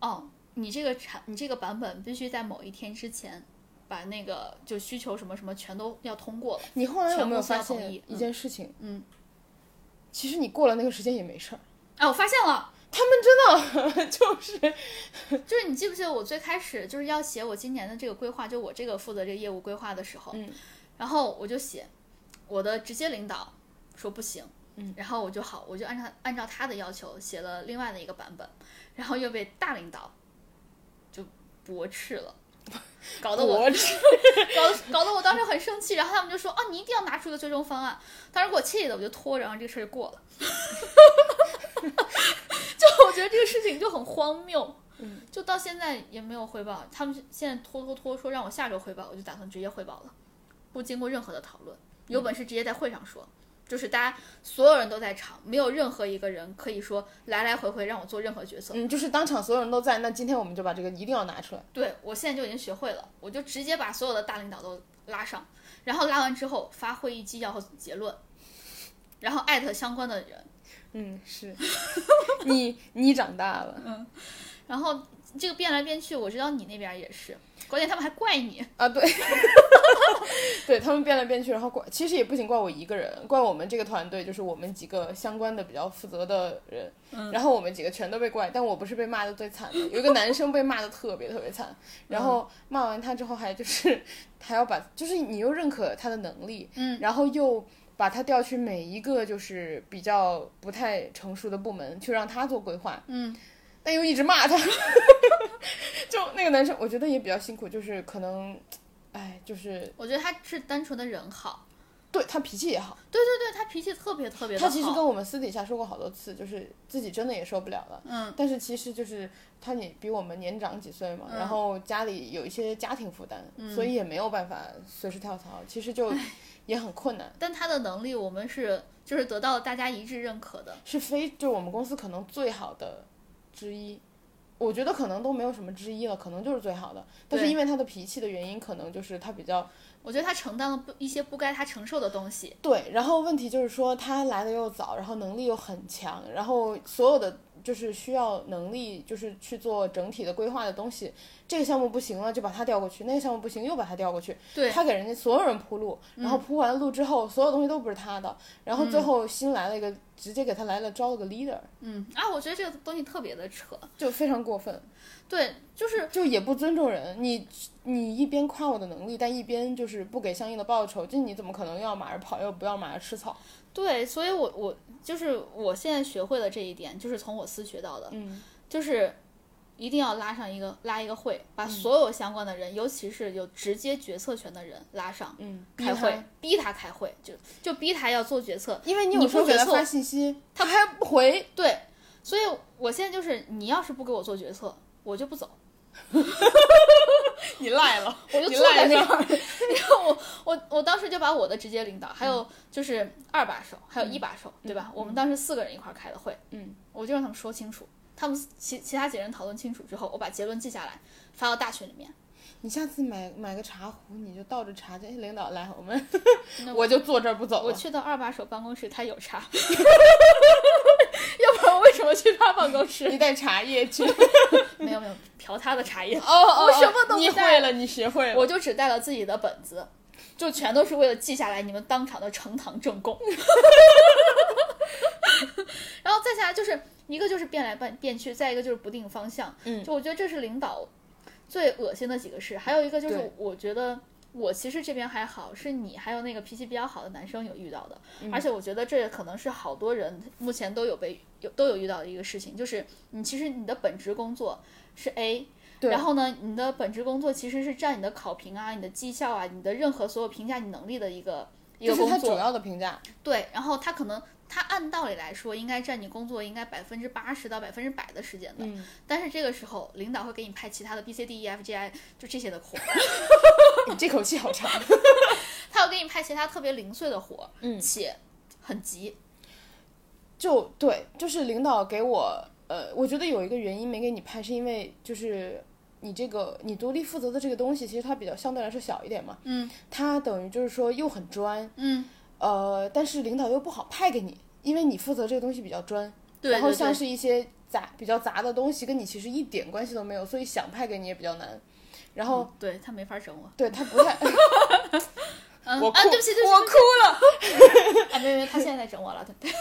B: 哦，你这个产你这个版本必须在某一天之前把那个就需求什么什么全都要通过了。
A: 你后来有没有发
B: 全部三合
A: 现
B: 一
A: 一件事情？
B: 嗯，
A: 其实你过了那个时间也没事儿，
B: 哎，我发现了，
A: <laughs> 就是
B: 就是你记不记得我最开始就是要写我今年的这个规划，就我这个负责这个业务规划的时候，
A: 嗯，
B: 然后我就写，我的直接领导说不行，
A: 嗯，
B: 然后我就好，我就按照按照他的要求写了另外的一个版本，然后又被大领导就驳斥了，搞得我
A: 我
B: <laughs> 搞得搞得我当时很生气，然后他们就说啊，你一定要拿出个最终方案。当时给我气的，我就拖着，然后这个事儿就过了。 <laughs> 就我觉得这个事情就很荒谬，
A: 嗯，
B: 就到现在也没有汇报。他们现在拖拖拖说让我下周汇报，我就打算直接汇报了，不经过任何的讨论，有本事直接在会上说。就是大家所有人都在场，没有任何一个人可以说来来回回让我做任何决策。
A: 嗯，就是当场所有人都在，那今天我们就把这个一定要拿出来。
B: 对我现在就已经学会了，我就直接把所有的大领导都拉上，然后拉完之后发会议纪要和结论，然后艾特相关的人，
A: 嗯，是 <laughs> 你你长大了。
B: 然后这个变来变去，我知道你那边也是，关键他们还怪你，
A: 啊，对， <laughs> 对他们变来变去，然后怪其实也不仅怪我一个人，怪我们这个团队，就是我们几个相关的比较负责的人，
B: 嗯
A: 然后我们几个全都被怪，但我不是被骂的最惨的，有一个男生被骂的特别特别
B: <laughs>
A: 惨，然
B: 嗯
A: 后骂完他之后还就是还要把，就是你又认可他的能力，
B: 嗯，
A: 然后又。把他调去每一个就是比较不太成熟的部门去让他做规划，
B: 嗯，
A: 但又一直骂他， <laughs> 就那个男生，我觉得也比较辛苦，就是可能，哎，就是
B: 我觉得他是单纯的人好，
A: 对他脾气也好，
B: 对对对，他脾气特别特别的
A: 他
B: 好，
A: 其实跟我们私底下说过好多次，就是自己真的也受不了了。
B: 嗯，
A: 但是其实就是他也比我们年长几岁嘛，
B: 嗯
A: 然后家里有一些家庭负担，所以也没有办法随时跳槽，其实就也很困难，
B: 但他的能力我们是就是得到大家一致认可的，
A: 是非就我们公司可能最好的之一。我觉得可能都没有什么之一了，可能就是最好的。但是
B: 对
A: 因为他的脾气的原因，可能就是他比较
B: 我觉得他承担了不一些不该他承受的东西，
A: 对，然后问题就是说他来的又早，然后能力又很强，然后所有的就是需要能力，就是去做整体的规划的东西。这个项目不行了，就把他调过去；那个项目不行，又把他调过去。
B: 对
A: 他给人家所有人铺路，然后铺完路之后，所有东西都不是他的，然后最后新来了一个，直接给他来了招了个 leader，
B: 嗯啊，我觉得这个东西特别的扯，
A: 就非常过分，
B: 对，就是
A: 就也不尊重人。你你一边夸我的能力，但一边就是不给相应的报酬，这你怎么可能要马儿跑又不要马儿吃草？
B: 对，所以我我就是我现在学会了这一点，就是从我私学到的，
A: 嗯
B: 就是一定要拉上一个拉一个会，
A: 嗯
B: 把所有相关的人，尤其是有直接决策权的人拉上
A: 嗯，逼
B: 开
A: 他
B: 会，逼他开会，就就逼他要做决策。
A: 因为你
B: 你
A: 有时候
B: 不决
A: 给他
B: 策
A: 发信息，他还不回，
B: 对，所以我现在就是，你要是不给我做决策，我就不走，
A: <laughs> 你赖了，
B: 我就
A: 你
B: 坐在
A: 赖
B: 这
A: 了
B: 儿。然后我我我当时就把我的直接领导，还
A: 嗯
B: 有就是二把手，还有一把手，对吧？我们当时四个人一块儿开的会，
A: 嗯，
B: 我就让他们说清楚，他们其其他几个人讨论清楚之后，我把结论记下来，发到大群里面。
A: 你下次买买个茶壶，你就倒着茶去，哎领导来，我们
B: 那
A: <laughs> 我就坐这儿不走
B: 我
A: 了。
B: 去到二把手办公室，他有茶， <laughs> 要不然我为什么去他办公
A: <laughs>
B: 室？
A: 你带茶叶去，哦
B: 没有没有，嫖他的茶叶，
A: 哦
B: 我什么都不
A: 你
B: 带
A: 会了，你学会了。
B: 我就只带了自己的本子，就全都是为了记下来你们当场的呈堂证
A: <laughs>
B: 供。然后再下来就是一个就是变来变变去，再一个就是不定方向。
A: 嗯
B: 就我觉得这是领导最恶心的几个事，还有一个就是
A: 对
B: 我觉得。我其实这边还好，是你还有那个脾气比较好的男生有遇到的，
A: 嗯
B: 而且我觉得这可能是好多人目前都有被有都有遇到的一个事情，就是你其实你的本职工作是 A，
A: 对
B: 然后呢，你的本职工作其实是占你的考评啊、你的绩效啊、你的任何所有评价你能力的一个一
A: 这
B: 个
A: 是他
B: 工
A: 主
B: 作，
A: 要的评 <laughs> 价。
B: 对，然后他可能他按道理来说应该占你工作应该百分之八十到百分之百的时间的，
A: 嗯，
B: 但是这个时候领导会给你派其他的 B C D E F G I 就这些的活，
A: 你这口气好长。
B: 他要给你派其他特别零碎的活，
A: 嗯
B: 且很急，
A: 就对，就是领导给我，呃，我觉得有一个原因没给你派，是因为就是你这个你独立负责的这个东西，其实它比较相对来说小一点嘛，
B: 嗯
A: 它等于就是说又很专，
B: 嗯，
A: 呃，但是领导又不好派给你，因为你负责这个东西比较专，
B: 对，
A: 然后
B: 对对
A: 像是一些杂比较杂的东西，跟你其实一点关系都没有，所以想派给你也比较难。然后、
B: 对他没法整我，
A: 对他不太，
B: 嗯
A: 我
B: 啊，
A: 哭
B: 对不起，对不起，
A: 我
B: 哭了， <laughs> 啊，没有没有，他现在在整我了，对，
A: 嗯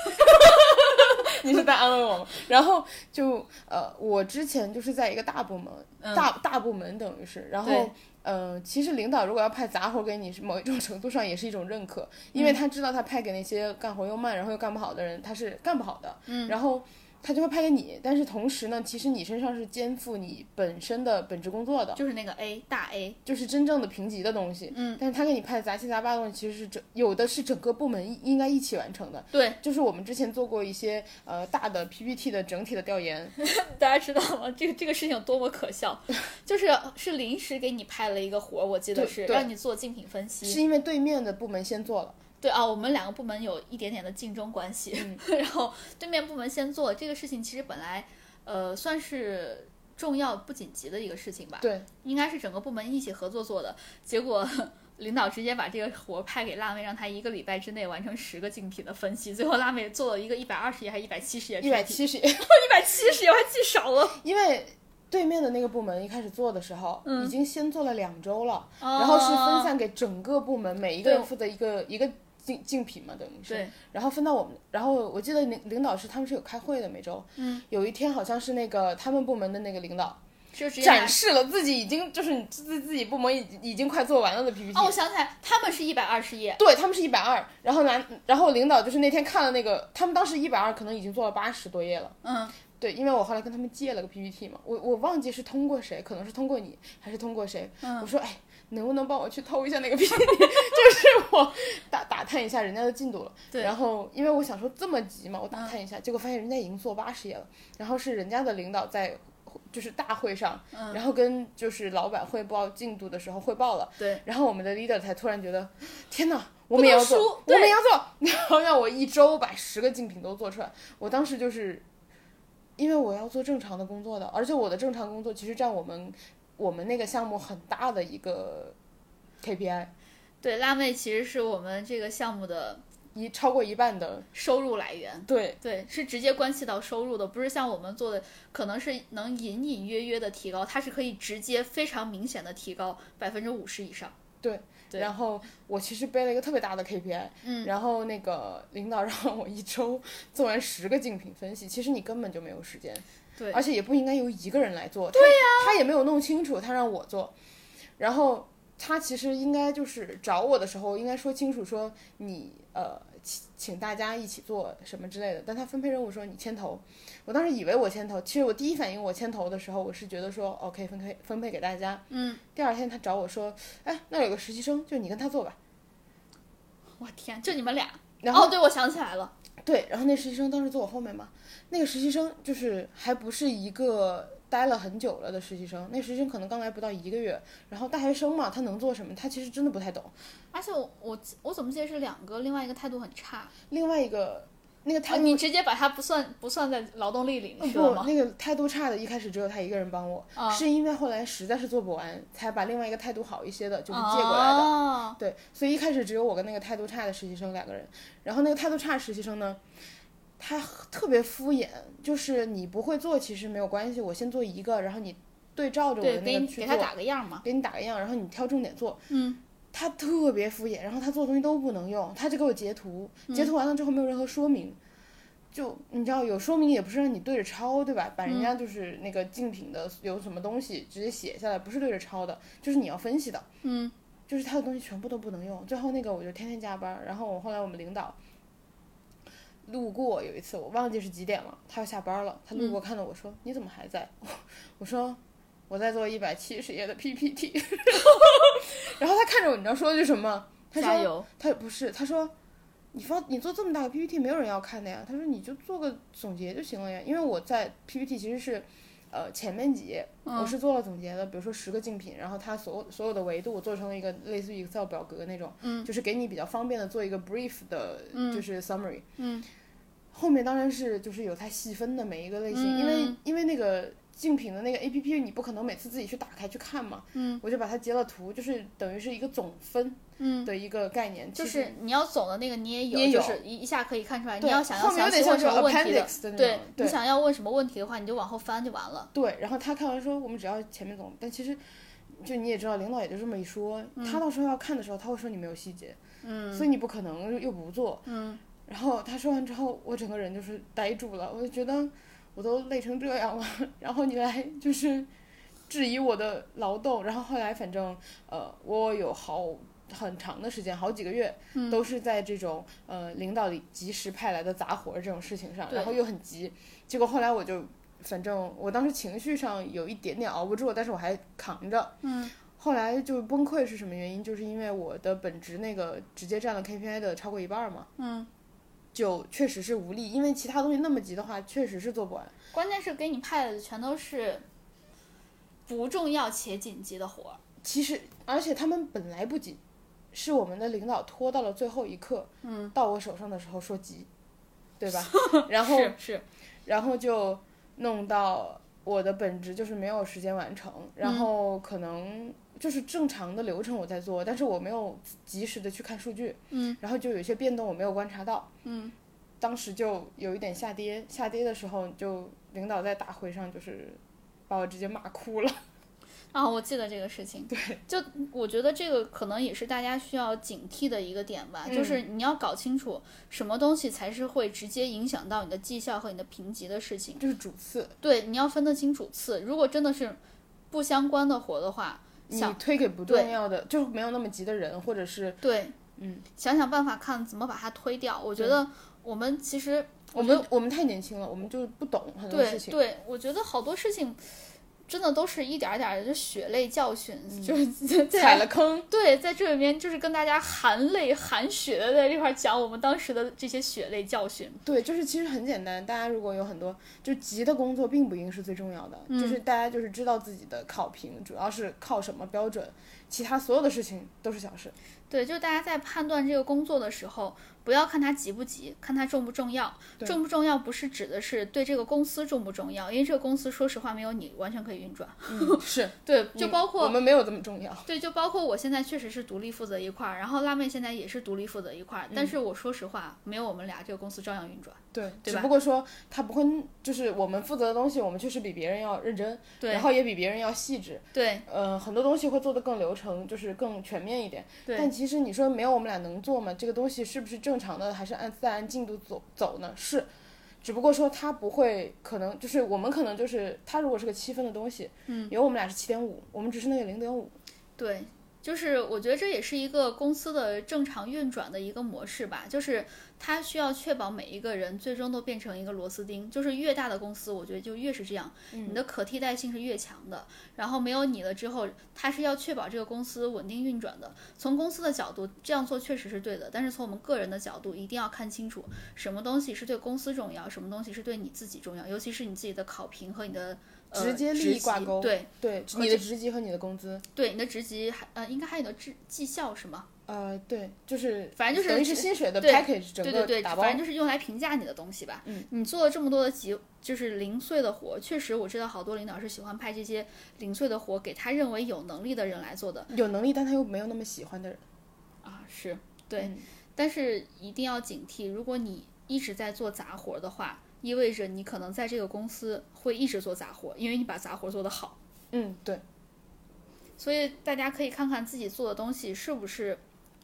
A: <laughs> 你是在安慰我吗？然后就呃，我之前就是在一个大部门，
B: 嗯
A: 大大部门等于是，然
B: 对
A: 后。呃，其实领导如果要派杂活给你，是某一种程度上也是一种认可，因为他知道他派给那些干活又慢，然后又干不好的人，他是干不好的。嗯，然后他就会派给你，但是同时呢，其实你身上是肩负你本身的本职工作的，
B: 就是那个 A 大
A: <laughs>
B: A，
A: 就是真正的评级的东西。嗯，但是他给你派杂七杂八的东西，其实是整有的是整个部门应该一起完成的。
B: 对，
A: 就是我们之前做过一些呃大的 PPT 的整体的
B: <laughs>
A: 调研，
B: 大家知道吗？这个这个事情有多么可笑， <laughs> 就是是临时给你派了一个活儿，我记得
A: 对
B: 是
A: 对
B: 让你做竞品分析。
A: 是因为对面的部门先做了，
B: 对啊，我们两个部门有一点点的竞争关系，
A: 嗯
B: <laughs> 然后对面部门先做这个事情，其实本来呃算是重要不紧急的一个事情吧，
A: 对，
B: 应该是整个部门一起合作做的，结果。 <laughs> 领导直接把这个活儿派给辣妹，让她一个礼拜之内完成十个竞品的分析。最后辣妹做了一个一百二十页还是一百七十页
A: 一
B: 出
A: 百
B: 题，
A: 七十，
B: 一
A: <laughs>
B: 百七十页我还记少了。
A: 因为。对面的那个部门一开始做的时候，
B: 嗯
A: 已经先做了两周了， <laughs> 然后是
B: 哦
A: 分散给整个部门，每一个人
B: 对
A: 负责一个一个竞竞品嘛，等于是。
B: 对，
A: 然后分到我们，然后我记得领领导是他们是有开会的，每周。
B: 嗯。
A: 有一天好像是那个他们部门的那个领导
B: 就直接拿
A: 展示了自己已经就是你自自己部门已已经快做完了的 PPT。
B: 哦，我想起来，他们是一百二十页，
A: 对他们是一百二，然后拿，然后领导就是那天看了那个，他们当时一百二可能已经做了八十多页了。
B: 嗯，
A: 对，因为我后来跟他们借了个 PPT 嘛，我我忘记是通过谁，可能是通过你，还是通过谁。
B: 嗯
A: 我说，哎，能不能帮我去偷一下那个 PPT？就是我打打探一下人家的进度了。
B: 对嗯
A: 然后因为我想说这么急嘛，我打探一下，结果发现人家已经做八十页了，然后是人家的领导在。就是大会上，
B: 嗯
A: 然后跟就是老板汇报进度的时候汇报了，
B: 对，
A: 然后我们的 leader 才突然觉得，天哪，我们也要
B: 能
A: 做
B: 输，
A: 我
B: 对
A: 们也要做，然后让我一周把十个竞品都做出来。我当时就是，因为我要做正常的工作的，而且我的正常工作其实占我们我们那个项目很大的一个 KPI，
B: 对，辣妹其实是我们这个项目的
A: 一超过一半的，
B: 收入来源。
A: 对
B: 对，是直接关系到收入的，不是像我们做的，可能是能隐隐约约的提高，它是可以直接非常明显的提高百分之五十以上。
A: 对。
B: 对
A: 然后我其实背了一个特别大的 KPI，
B: 嗯，
A: 然后那个领导让我一周做完十个竞品分析，其实你根本就没有时间，
B: 对
A: 而且也不应该由一个人来做，对呀、他也没有弄清楚，他让我做，然后他其实应该就是找我的时候应该说清楚说你呃请请大家一起做什么之类的，但他分配任务说你牵头，我当时以为我牵头，其实我第一反应我牵头的时候我是觉得说 OK 分配分配给大家，
B: 嗯，
A: 第二天他找我说，哎那儿有个实习生，就你跟他做吧，
B: 我天，就你们俩。
A: 然后
B: 哦，对，我想起来了，
A: 对，然后那实习生当时坐我后面嘛，那个实习生就是还不是一个待了很久了的实习生，那实习生可能刚来不到一个月，然后大学生嘛，他能做什么？他其实真的不太懂。
B: 而且我我我怎么记得是两个，另外一个态度很差。
A: 另外一个那个态
B: 啊，
A: 度、
B: 你直接把它不算不算在劳动力里
A: 呃
B: 面去了
A: 不，
B: 吗？
A: 那个态度差的，一开始只有他一个人帮我，
B: 啊
A: 是因为后来实在是做不完，才把另外一个态度好一些的，就是借过来的。
B: 哦
A: 对，所以一开始只有我跟那个态度差的实习生两个人，然后那个态度差的实习生呢，他特别敷衍，就是你不会做其实没有关系，我先做一个，然后你对照着我
B: 对，
A: 的
B: 给
A: 那个
B: 你
A: 去做，
B: 给他打个样嘛。
A: 给你打个样，然后你挑重点做。
B: 嗯，
A: 他特别敷衍，然后他做的东西都不能用，他就给我截图，
B: 嗯
A: 截图完了之后没有任何说明。就你知道，有说明也不是让你对着抄，对吧？把
B: 嗯
A: 人家就是那个竞品的有什么东西直接写下来，不是对着抄的，就是你要分析的。
B: 嗯，
A: 就是他的东西全部都不能用。最后那个我就天天加班儿，然后我后来我们领导路过有一次我忘记是几点了，他要下班了，他路过看到我说、你怎么还在？ <laughs> 我我说 <laughs> 我在做一百七十页的 PPT，然后他看着我，你知道说的句什么吗？他
B: 加
A: 说
B: 油。
A: 他不是，他说你放你做这么大个 PPT 没有人要看的呀，他说你就做个总结就行了呀，因为我在 PPT 其实是。呃，前面几页我是做了总结的，比如说十个竞品，然后它所有所有的维度我做成了一个类似于 Excel 表格那种，就是给你比较方便的做一个 brief 的，就是 summary，后面当然是就是有它细分的每一个类型，因为因为那个竞品的那个 A P P 你不可能每次自己去打开去看嘛，嗯，我就把它截了图，就是等于是一个总分，嗯的一个概念，
B: 就
A: 其实
B: 是你要总的那个你也有，
A: 也有
B: 就是一一下可以看出来。
A: 对
B: 你要想要
A: 后
B: 详
A: 面有
B: 细
A: 点
B: 问
A: 像
B: 什么
A: 是
B: 问题
A: appendix 的那
B: 对
A: 种
B: 你
A: 对
B: 想要问什么问题的话，你就往后翻就完了。
A: 对，然后他看完说我们只要前面总，但其实就你也知道，领导也就这么一说，
B: 嗯
A: 他到时候要看的时候他会说你没有细节，嗯，所以你不可能又不做，
B: 嗯，
A: 然后他说完之后，我整个人就是呆住了，我就觉得我都累成这样了， <laughs> 然后你来就是质疑我的劳动，然后后来反正呃，我有好很长的时间，好几个月、
B: 嗯
A: 都是在这种呃领导里及时派来的杂活儿这种事情上，
B: 对
A: 然后又很急，结果后来我就反正我当时情绪上有一点点熬不住，但是我还扛着，
B: 嗯
A: 后来就崩溃是什么原因？就是因为我的本职那个直接占了 KPI 的超过一半儿嘛，
B: 嗯，
A: 就确实是无力，因为其他东西那么急的话，确实是做不完。
B: 关键是给你派的全都是不重要且紧急的活儿。
A: 其实，而且他们本来不急，是我们的领导拖到了最后一刻，嗯，到我手上的时候说急，对吧？ <laughs> 然后
B: 是是，
A: 然后就弄到我的本职就是没有时间完成，
B: 嗯
A: 然后可能就是正常的流程我在做，但是我没有及时的去看数据，
B: 嗯，
A: 然后就有一些变动我没有观察到，
B: 嗯，
A: 当时就有一点下跌，下跌的时候就领导在大会上就是把我直接骂哭了，
B: 啊，我记得这个事情。对，就我觉得这个可能也是大家需要警惕的一个点吧，
A: 嗯
B: 就是你要搞清楚什么东西才是会直接影响到你的绩效和你的评级的事情。
A: 这是主次，
B: 对，你要分得清主次。如果真的是不相关的活的话，
A: 你
B: 想
A: 推给不重要的，就是没有那么急的人，或者是
B: 对，
A: 嗯，
B: 想想办法看怎么把它推掉。我觉
A: 对
B: 得我们其实
A: 我
B: 觉得
A: 们我们太年轻了，我们就不懂很多
B: 对
A: 事情，
B: 对，我觉得好多事情真的都是一点儿点儿的血泪教训，
A: 嗯
B: 就是在
A: 踩了坑，
B: 对，在这里面就是跟大家含泪含血的在这块儿讲我们当时的这些血泪教训。
A: 对，就是其实很简单，大家如果有很多就急的工作，并不一定是最重要的，
B: 嗯
A: 就是大家就是知道自己的考评主要是靠什么标准，其他所有的事情都
B: <laughs>
A: 是小事。
B: 对，就是大家在判断这个工作的时候，不要看它急不急，看它重不重要。
A: 对
B: 重不重要不是指的是对这个公司重不重要，因为这个公司说实话没有你完全可以运转。
A: 嗯，是，
B: 对，就
A: 你
B: 包
A: 我
B: 括
A: 们没有这么重要。
B: 对，就包括我现在确实是独立负责一块儿，然后辣妹现在也是独立负责一块儿，
A: 嗯
B: 但是我说实话，没有我们俩这个公司照样运转。
A: 对，
B: 对
A: 只
B: 吧
A: 不过说他不会，就是我们负责的东西，我们确实比别人要认真，
B: 对
A: 然后也比别人要细致，
B: 对
A: 呃，很多东西会做得更流程，就是更全面一点。
B: 对
A: 但其实你说没有我们俩能做吗？这个东西是不是正常的，还是按自然进度走走呢？是，只不过说它不会，可能就是我们可能就是它如果是个七分的东西，嗯，有我们俩是七点五，我们只是那个零点五，
B: 对，就是我觉得这也是一个公司的正常运转的一个模式吧，就是它需要确保每一个人最终都变成一个螺丝钉。就是越大的公司，我觉得就越是这样，
A: 嗯
B: 你的可替代性是越强的。然后没有你了之后，它是要确保这个公司稳定运转的。从公司的角度这样做确实是对的，但是从我们个人的角度，一定要看清楚什么东西是对公司重要，什么东西是对你自己重要，尤其是你自己的考评和你的。呃
A: 直接利益
B: 职级
A: 挂钩
B: 对
A: 对，
B: 而
A: 你的职级和你的工资，
B: 对，你的职级还呃，应该还有你的绩绩效是吗？
A: 呃，对，就是
B: 啊反正就是
A: 等于是薪水的
B: 对
A: package 整
B: 对
A: 个
B: 对对，
A: 打包
B: 反正就是用来评价你的东西吧。嗯，你做了这么多的急，就是零碎的活，确实我知道好多领导是喜欢派这些零碎的活给他认为有能力的人来做的
A: 有能力，但他又没有那么喜欢的人，
B: 啊，是对、
A: 嗯
B: 但是一定要警惕，如果你一直在做杂活的话，意味着你可能在这个公司会一直做杂活，因为你把杂活做得好。
A: 嗯，对，
B: 所以大家可以看看自己做的东西是不是，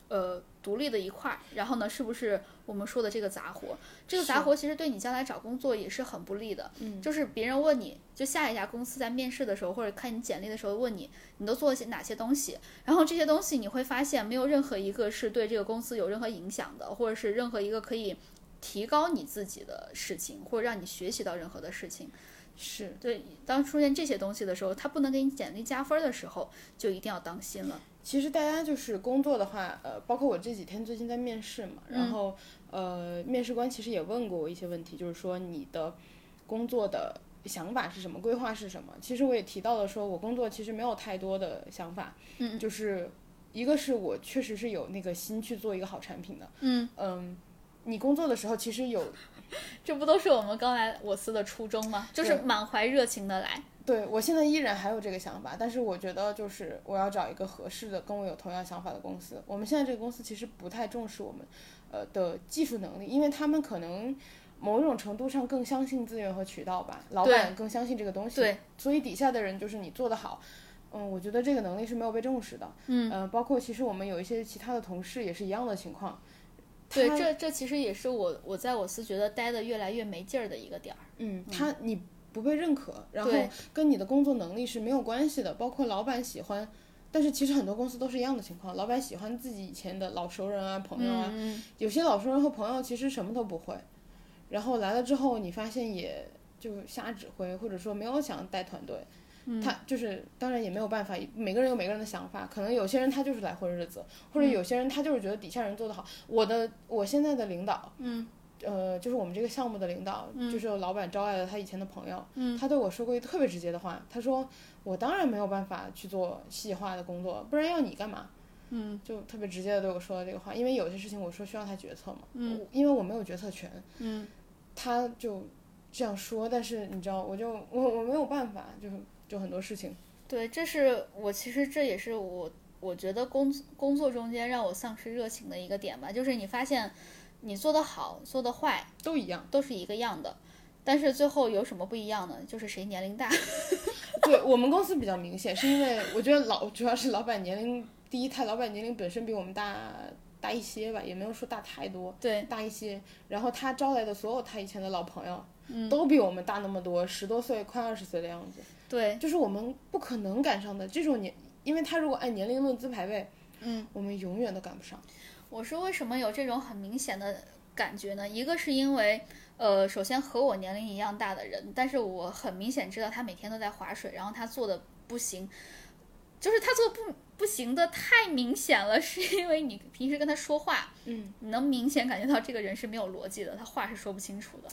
B: 呃，独立的一块儿，然后呢，是不是我们说的这个杂活？这个杂活其实对你将来找工作也是很不利的。嗯，就是别人问你，就下一家公司在面试的时候，或者看你简历的时候问你，你都做了些哪些东西？然后这些东西你会发现，没有任何一个是对这个公司有任何影响的，或者是任何一个可以提高你自己的事情，或者让你学习到任何的事情。
A: 是
B: 对，当出现这些东西的时候，他不能给你简历加分的时候，就一定要当心了。
A: 其实大家就是工作的话，呃，包括我这几天最近在面试嘛，
B: 嗯
A: 然后、呃，面试官其实也问过我一些问题，就是说你的工作的想法是什么，规划是什么。其实我也提到了，说我工作其实没有太多的想法，
B: 嗯，
A: 就是一个是我确实是有那个心去做一个好产品的，
B: 嗯
A: 嗯，你工作的时候其实有
B: 这不都是我们刚来我司的初衷吗？就是
A: 对
B: 满怀热情的来。
A: 对我现在依然还有这个想法，但是我觉得就是我要找一个合适的、跟我有同样想法的公司。我们现在这个公司其实不太重视我们呃的技术能力，因为他们可能某种程度上更相信资源和渠道吧，老板更相信这个东西，
B: 对，
A: 所以底下的人就是你做得好。嗯，我觉得这个能力是没有被重视的。
B: 嗯
A: 呃包括其实我们有一些其他的同事也是一样的情况。
B: 对，
A: 他
B: 这这其实也是我我在我司觉得待的越来越没劲儿的一个点儿。
A: 嗯，他你不被认可，然后
B: 对
A: 跟你的工作能力是没有关系的，包括老板喜欢。但是其实很多公司都是一样的情况，老板喜欢自己以前的老熟人啊、朋友啊，
B: 嗯，
A: 有些老熟人和朋友啊其实什么都不会，然后来了之后，你发现也就瞎指挥，或者说没有想带团队。
B: 嗯
A: 他就是当然也没有办法，每个人有每个人的想法，可能有些人他就是来混日子，或者
B: 嗯
A: 有些人他就是觉得底下人做得好。我的我现在的领导，
B: 嗯，
A: 呃，就是我们这个项目的领导，就是老板招来了他以前的朋友，
B: 嗯，
A: 他对我说过一个特别直接的话，他说我当然没有办法去做细化的工作，不然要你干嘛？
B: 嗯，
A: 就特别直接的对我说了这个话，因为有些事情我说需要他决策嘛，
B: 嗯
A: 我，因为我没有决策权，
B: 嗯，
A: 他就这样说，但是你知道，我就我我没有办法，就是就很多事情，
B: 对，这是我其实这也是我我觉得工工作中间让我丧失热情的一个点吧，就是你发现你做得好做得坏
A: 都一样。
B: 都是一个样的，但是最后有什么不一样呢？就是谁年龄大。
A: <laughs> 对我们公司比较明显，是因为我觉得老主要是老板年龄，第一他老板年龄本身比我们大大一些吧，也没有说大太多，
B: 对，
A: 大一些。然后他招来的所有他以前的老朋友，
B: 嗯
A: 都比我们大那么多，十多岁快二十岁的样子，
B: 对，
A: 就是我们不可能赶上的这种年，因为他如果按年龄论资排辈，
B: 嗯，
A: 我们永远都赶不上。
B: 我是为什么有这种很明显的感觉呢？一个是因为，呃，首先和我年龄一样大的人，但是我很明显知道他每天都在划水，然后他做的不行，就是他做得不不行的太明显了，是因为你平时跟他说话，
A: 嗯，
B: 你能明显感觉到这个人是没有逻辑的，他话是说不清楚的。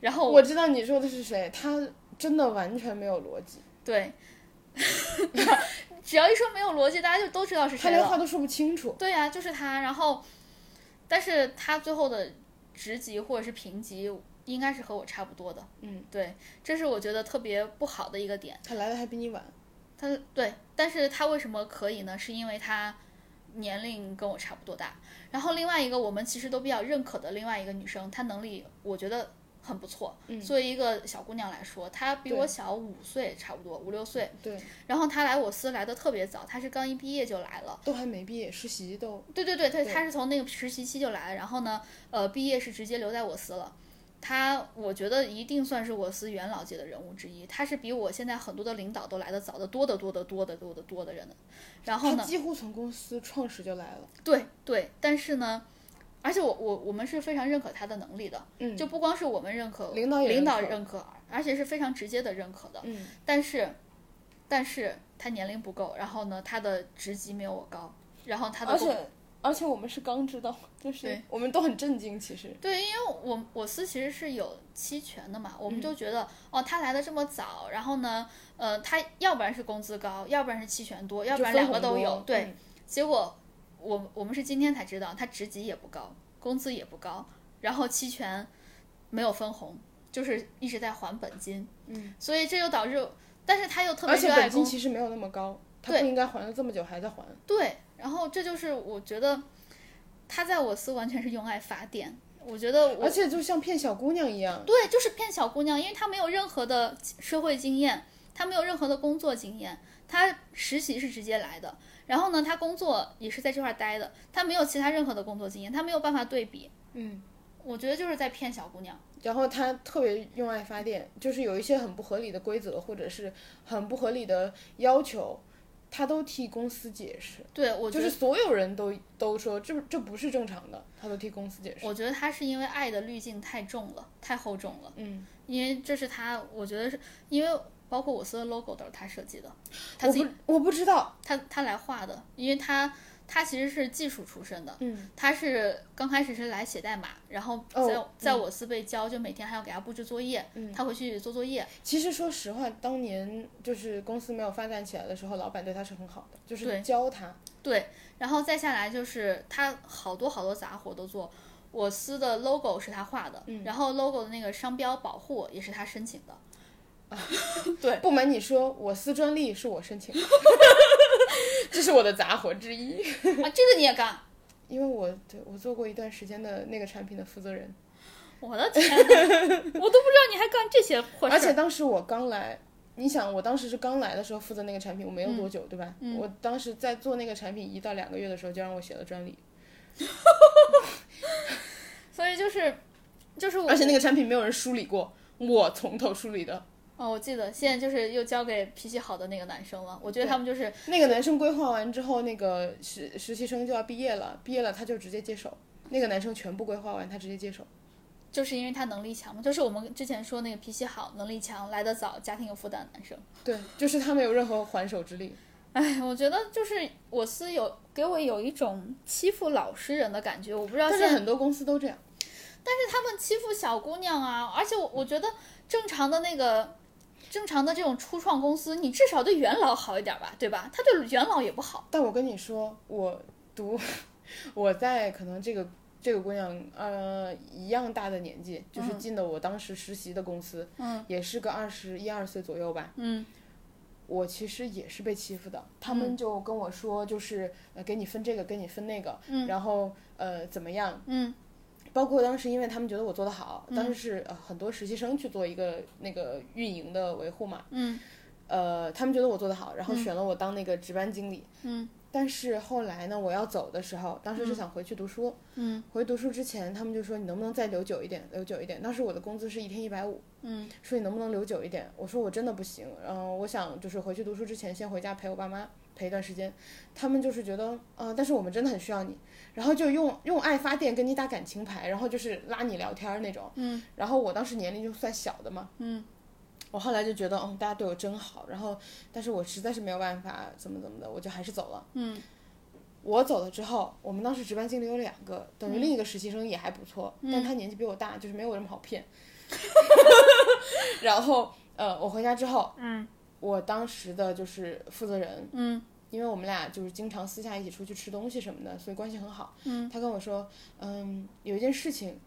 B: 然后
A: 我知道你说的是谁，他真的完全没有逻辑，
B: 对， <laughs> 只要一说没有逻辑，大家就都知道是
A: 他
B: 谁
A: 连
B: 了
A: 话。都说不清楚。
B: 对呀、就是他。然后，但是他最后的职级或者是评级应该是和我差不多的。
A: 嗯，
B: 对，这是我觉得特别不好的一个点。
A: 他来的还比你晚，
B: 他对，但是他为什么可以呢？是因为他年龄跟我差不多大。然后另外一个我们其实都比较认可的另外一个女生，她能力我觉得很不错。
A: 嗯
B: 作为一个小姑娘来说，她比我
A: 对
B: 小五岁，差不多五六岁。
A: 对，
B: 然后她来我司来的特别早，她是刚一毕业就来了。
A: 都还没毕业，实习都
B: 对对对，他
A: 对
B: 他是从那个实习期就来了，然后呢，呃，毕业是直接留在我司了。他我觉得一定算是我司元老级的人物之一，他是比我现在很多的领导都来的早得多得多得多得多得多的人了。然后
A: 他
B: 呢，
A: 几乎从公司创始就来了，
B: 对对，但是呢，而且我我我们是非常认可他的能力的，
A: 嗯
B: 就不光是我们认可，
A: 领导也
B: 领导
A: 认可
B: 认可，而且是非常直接的认可的。
A: 嗯，
B: 但是，但是他年龄不够，然后呢，他的职级没有我高，然后他的
A: 而
B: 工
A: 且而且我们是刚知道，就是
B: 对
A: 我们都很震惊，其实
B: 对，因为我我司其实是有期权的嘛，我
A: 嗯
B: 们就觉得、哦，他来的这么早，然后呢，呃，他要不然是工资高，要不然是期权多，要不
A: 就
B: 然
A: 分
B: 两个
A: 红
B: 都
A: 多
B: 有。对，，
A: 嗯
B: 结果我我们是今天才知道，他职级也不高，工资也不高，然后期权没有分红，就是一直在还本金。
A: 嗯，
B: 所以这就导致，但是他又特别
A: 而且
B: 热爱
A: 本
B: 公
A: 金
B: 司。
A: 其实没有那么高，他
B: 对
A: 不应该还了这么久还在还，
B: 对，然后这就是我觉得他在我司完全是用爱发电。我觉得我
A: 而且就像骗小姑娘一样，
B: 对，就是骗小姑娘，因为她没有任何的社会经验，她没有任何的工作经验，她实习是直接来的，然后呢，她工作也是在这块儿待的，她没有其他任何的工作经验，她没有办法对比，
A: 嗯，
B: 我觉得就是在骗小姑娘。
A: 然后他特别用爱发电，就是有一些很不合理的规则或者是很不合理的要求，他都替公司解释，
B: 对我觉
A: 就
B: 得
A: 是所有人都都说这这不是正常的，他都替公司解释。
B: 我觉得他是因为爱的滤镜太重了，太厚重了。
A: 嗯，
B: 因为这是他，我觉得是因为包括我司的 logo 都是他设计的，他
A: 我
B: 自己
A: 不我不知道，
B: 他他来画的，因为他他其实是技术出身的，
A: 嗯，
B: 他是刚开始是来写代码，然后在、
A: 哦
B: 在我司被教，就每天还要给他布置作业，
A: 嗯
B: 他回去做作业，
A: 其实说实话，当年就是公司没有发展起来的时候，老板对他是很好的，就
B: 对
A: 是教他。
B: 对，然后再下来就是他好多好多杂活都做。我司的 logo 是他画的，
A: 嗯
B: 然后 logo 的那个商标保护也是他申请的， <laughs> 对
A: 不瞒你说，我司专利是我申请的， <laughs> 这是我的杂活之一。 <laughs>
B: 啊，这个你也干？
A: 因为我对我做过一段时间的那个产品的负责人，
B: 我的天哪，我都不知道你还干这些破事儿。
A: 而且当时我刚来，你想我当时是刚来的时候负责那个产品，我没有
B: 嗯
A: 多久，对吧？我当时在做那个产品一到两个月的时候，就让我写了专利，
B: 所以就是，就是我，
A: 而且那个产品没有人梳理过，我从头梳理的。
B: 哦，我记得现在就是又交给脾气好的那个男生了。我觉得他们就是
A: 那个男生规划完之后，那个实实习生就要毕业了，毕业了他就直接接手。那个男生全部规划完，他直接接手。
B: 就是因为他能力强嘛，就是我们之前说那个脾气好、能力强、来得早、家庭有负担的男生。
A: 对，就是他没有任何还手之力。
B: 哎，我觉得就是我司有给我有一种欺负老实人的感觉，我不知道
A: 但
B: 现
A: 是
B: 在，
A: 很多公司都这样。
B: 但是他们欺负小姑娘啊，而且我我觉得正常的那个。正常的这种初创公司，你至少对元老好一点吧，对吧？他对元老也不好。
A: 但我跟你说，我读 <laughs> 我在可能这个这个姑娘呃一样大的年纪，就是进的我当时实习的公司，
B: 嗯，
A: 也是个二十一二岁左右吧。
B: 嗯，
A: 我其实也是被欺负的，他们就跟我说，就是呃给你分这个，给你分那个，
B: 嗯
A: 然后呃怎么样？
B: 嗯，
A: 包括当时因为他们觉得我做得好，当时是、呃、很多实习生去做一个那个运营的维护嘛，
B: 嗯，
A: 呃，他们觉得我做得好，然后选了我当那个值班经理。
B: 嗯。
A: 但是后来呢，我要走的时候，当时是想回去读书。
B: 嗯。
A: 回读书之前，他们就说你能不能再留久一点，留久一点。当时我的工资是一天一百五。
B: 嗯。
A: 说你能不能留久一点？我说我真的不行。嗯、我想就是回去读书之前，先回家陪我爸妈陪一段时间。他们就是觉得，嗯、但是我们真的很需要你，然后就用 <laughs> 用爱发电跟你打感情牌，然后就是拉你聊天儿那种。
B: 嗯。
A: 然后我当时年龄就算小的嘛。我后来就觉得，嗯，大家对我真好，然后，但是我实在是没有办法，怎么怎么的，我就还是走了。
B: 嗯，
A: 我走了之后，我们当时值班经理有两个，等
B: 嗯
A: 于另一个实习生也还不错，但他年纪比我大，就是没有我那么好
B: <laughs>
A: 骗。然后，呃，我回家之后，
B: 嗯，
A: 我当时的就是负责人，
B: 嗯，
A: 因为我们俩就是经常私下一起出去吃东西什么的，所以关系很好。
B: 嗯，
A: 他跟我说，嗯，有一件事情，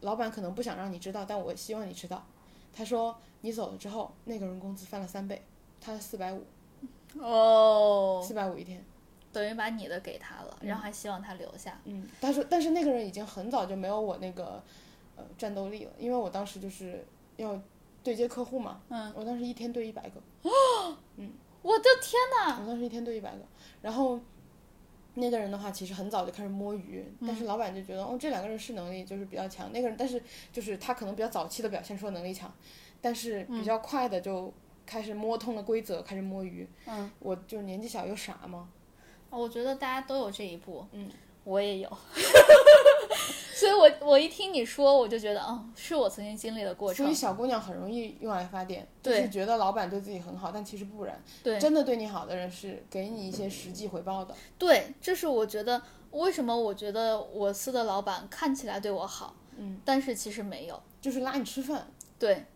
A: 老板可能不想让你知道，但我希望你知道。他说你走了之后，那个人工资翻了三倍，他四百五，
B: 哦，
A: 四百五一天。
B: 等于把你的给他了，然后还希望他留下。
A: 嗯，他说，但是那个人已经很早就没有我那个呃战斗力了，因为我当时就是要对接客户嘛，
B: 嗯，
A: 我当时一天对一百个，嗯
B: 我的天哪！
A: 我当时一天对一百个，然后。那个人的话，其实很早就开始摸鱼，
B: 嗯
A: 但是老板就觉得，哦，这两个人是能力就是比较强，那个人，但是就是他可能比较早期的表现出能力强，但是
B: 嗯
A: 比较快的就开始摸通了规则，开始摸鱼。
B: 嗯，
A: 我就是年纪小又傻嘛，
B: 哦我觉得大家都有这一步，
A: 嗯，
B: 我也有。 <laughs> 所以我我一听你说，我就觉得，嗯，是我曾经经历的过
A: 所以
B: 程。
A: 小姑娘很容易用爱发电，就
B: 对
A: 是觉得老板对自己很好，但其实不然。
B: 对
A: 真的对你好的人是给你一些实际回报的。
B: 对，这是我觉得为什么我觉得我司的老板看起来对我好，
A: 嗯，
B: 但是其实没有。
A: 就是拉你吃饭。
B: 对，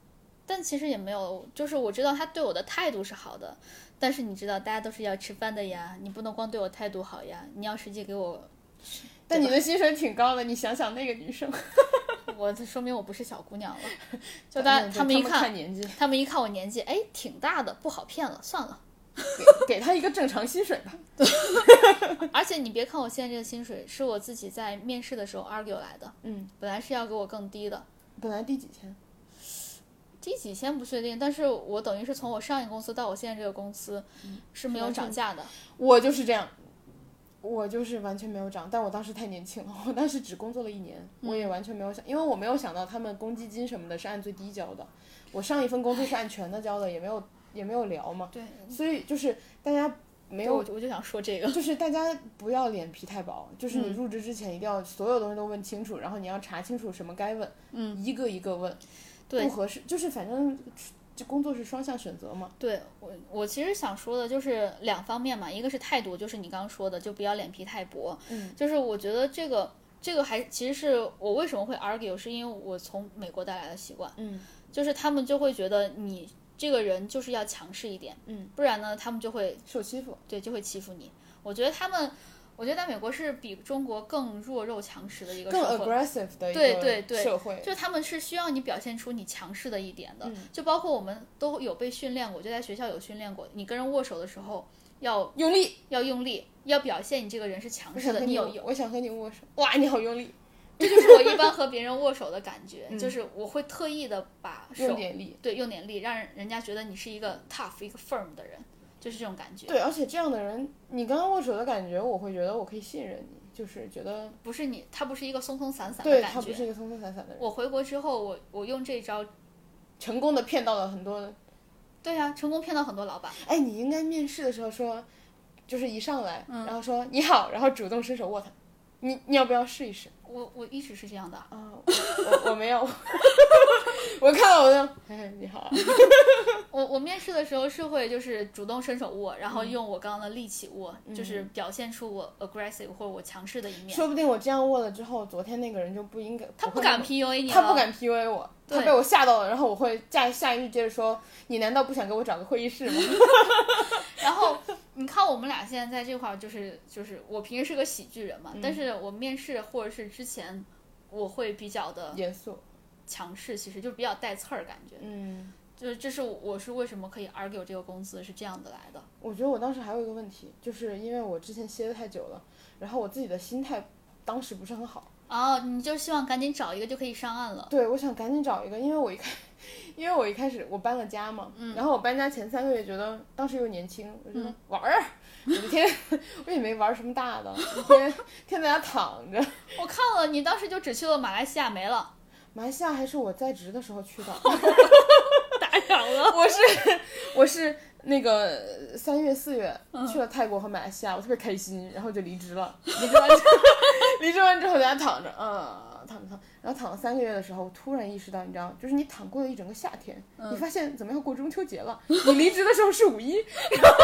B: 但其实也没有，就是我知道他对我的态度是好的，但是你知道，大家都是要吃饭的呀，你不能光对我态度好呀，你要实际给我， <laughs>
A: 但你的薪水挺高的，你想想那个女生，
B: 我这说明我不是小姑娘了。就大
A: 他们
B: 他们一
A: 看
B: 看，
A: 年纪，
B: 他们一看我年纪，哎，挺大的，不好骗了，算了。
A: 给给他一个正常薪水吧。
B: <laughs> 而且你别看我现在这个薪水是我自己在面试的时候 argue 来的，
A: 嗯，
B: 本来是要给我更低的，
A: 本来第几天？
B: 低几千不确定，但是我等于是从我上一公司到我现在这个公司是没有
A: 完全
B: 涨价的。
A: 我就是这样，我就是完全没有涨，但我当时太年轻了，我当时只工作了一年，我也完全没有想，因为我没有想到他们公积金什么的是按最低交的，我上一份工作是按全的交的，也没有也没有聊嘛。
B: 对，
A: 所以就是大家没
B: 对
A: 有嗯
B: 我就我就想说这个，
A: 就是大家不要脸皮太薄，就是你入职之前一定要所有东西都问清楚，然后你要查清楚什么该问，嗯，一个一个问，
B: 对
A: 不合适就是反正这工作是双向选择嘛，
B: 对我，我其实想说的就是两方面嘛，一个是态度，就是你刚刚说的，就不要脸皮太薄。
A: 嗯，
B: 就是我觉得这个这个还其实是我为什么会 argue，是因为我从美国带来的习惯，
A: 嗯，
B: 就是他们就会觉得你这个人就是要强势一点，
A: 嗯，
B: 不然呢，他们就会
A: 受欺负，
B: 对就会欺负你。我觉得他们，我觉得在美国是比中国更弱肉强食的一个
A: 更
B: 社会。
A: aggressive 的一
B: 对对
A: 个
B: 对
A: 社会，
B: 就他们是需要你表现出你强势的一点的，
A: 嗯
B: 就包括我们都有被训练过，就在学校有训练过，你跟人握手的时候要
A: 用力，
B: 要用力，要表现你这个哦人是强
A: 我
B: 势
A: 想
B: 的，
A: 和
B: 你
A: 你
B: 有有，
A: 我想和你握手，哇，你好用力，
B: 这就是我一般和别人握手的感觉，就是我会特意的把
A: 嗯用
B: 手
A: 点力，
B: 对用点力，让人人家觉得你是一个 tough 一个 firm 的人，就是这种感觉，
A: 对，而且这样的人，你刚刚握手的感觉，我会觉得我可以信任你，就是觉得
B: 不是你他不是一个松松散散的
A: 对
B: 感
A: 他不
B: 觉。
A: 是一个松松散散的人，
B: 我回国之后，我我用这招，
A: 成功的骗到了很多
B: 对呀、成功骗到很多老板。
A: 哎，你应该面试的时候说，就是一上来，
B: 嗯
A: 然后说你好，然后主动伸手握他。你你要不要试一 <laughs> 试？
B: 我我一直是这样的，
A: 啊、我我我没有， <laughs> 我看到我就，哎，你好啊，
B: 我我面试的时候是会就是主动伸手握，然
A: 嗯
B: 后用我刚刚的力气握，就是表现出我 aggressive 或者我强势的一面。
A: 说不定我这样握了之后，昨天那个人就不应该，
B: 他
A: 不
B: 不
A: 会
B: 敢
A: 那么，
B: PUA 你了，
A: 他不敢 PUA 我，他
B: 对
A: 被我吓到了，然后我会下下一句接着说，你难道不想给我找个会议室吗？ <laughs>
B: 然后你看我们俩现在在这块儿，就是就是我平时是个喜剧人
A: 嗯
B: 嘛，但是我面试或者是之前，我会比较的
A: 严肃，
B: 强势，其实就是比较带刺儿感觉，
A: 嗯，
B: 就是这是我是为什么可以 argue 这个工资是这样的来的。
A: 我觉得我当时还有一个问题，就是因为我之前歇的太久了，然后我自己的心态当时不是很好。
B: 哦，你就希望赶紧找一个就可以上岸了。
A: 对，我想赶紧找一个，因为我一开， <laughs> 因为我一开始我搬了家嘛，然后我搬家前三个月觉得当时又年轻，我就说、玩儿啊，我就天 <laughs> 天我也没玩儿什么大的，我天天天在家躺着。
B: 我看了你当时就只去了马来西亚没了，
A: 马来西亚还是我在职的时候去的，
B: 打扰了。
A: 我是我是那个三月四月
B: 嗯
A: 去了泰国和马来西亚，我特别开心，然后就离职了，离职完
B: <laughs>
A: 之后离职完之后在家躺着，嗯，躺着躺，然后躺了三个月的时候，我突然意识到，你知道，就是你躺过了一整个夏天，
B: 嗯
A: 你发现怎么要过中秋节了，你离职的时候是五一， <laughs> 然后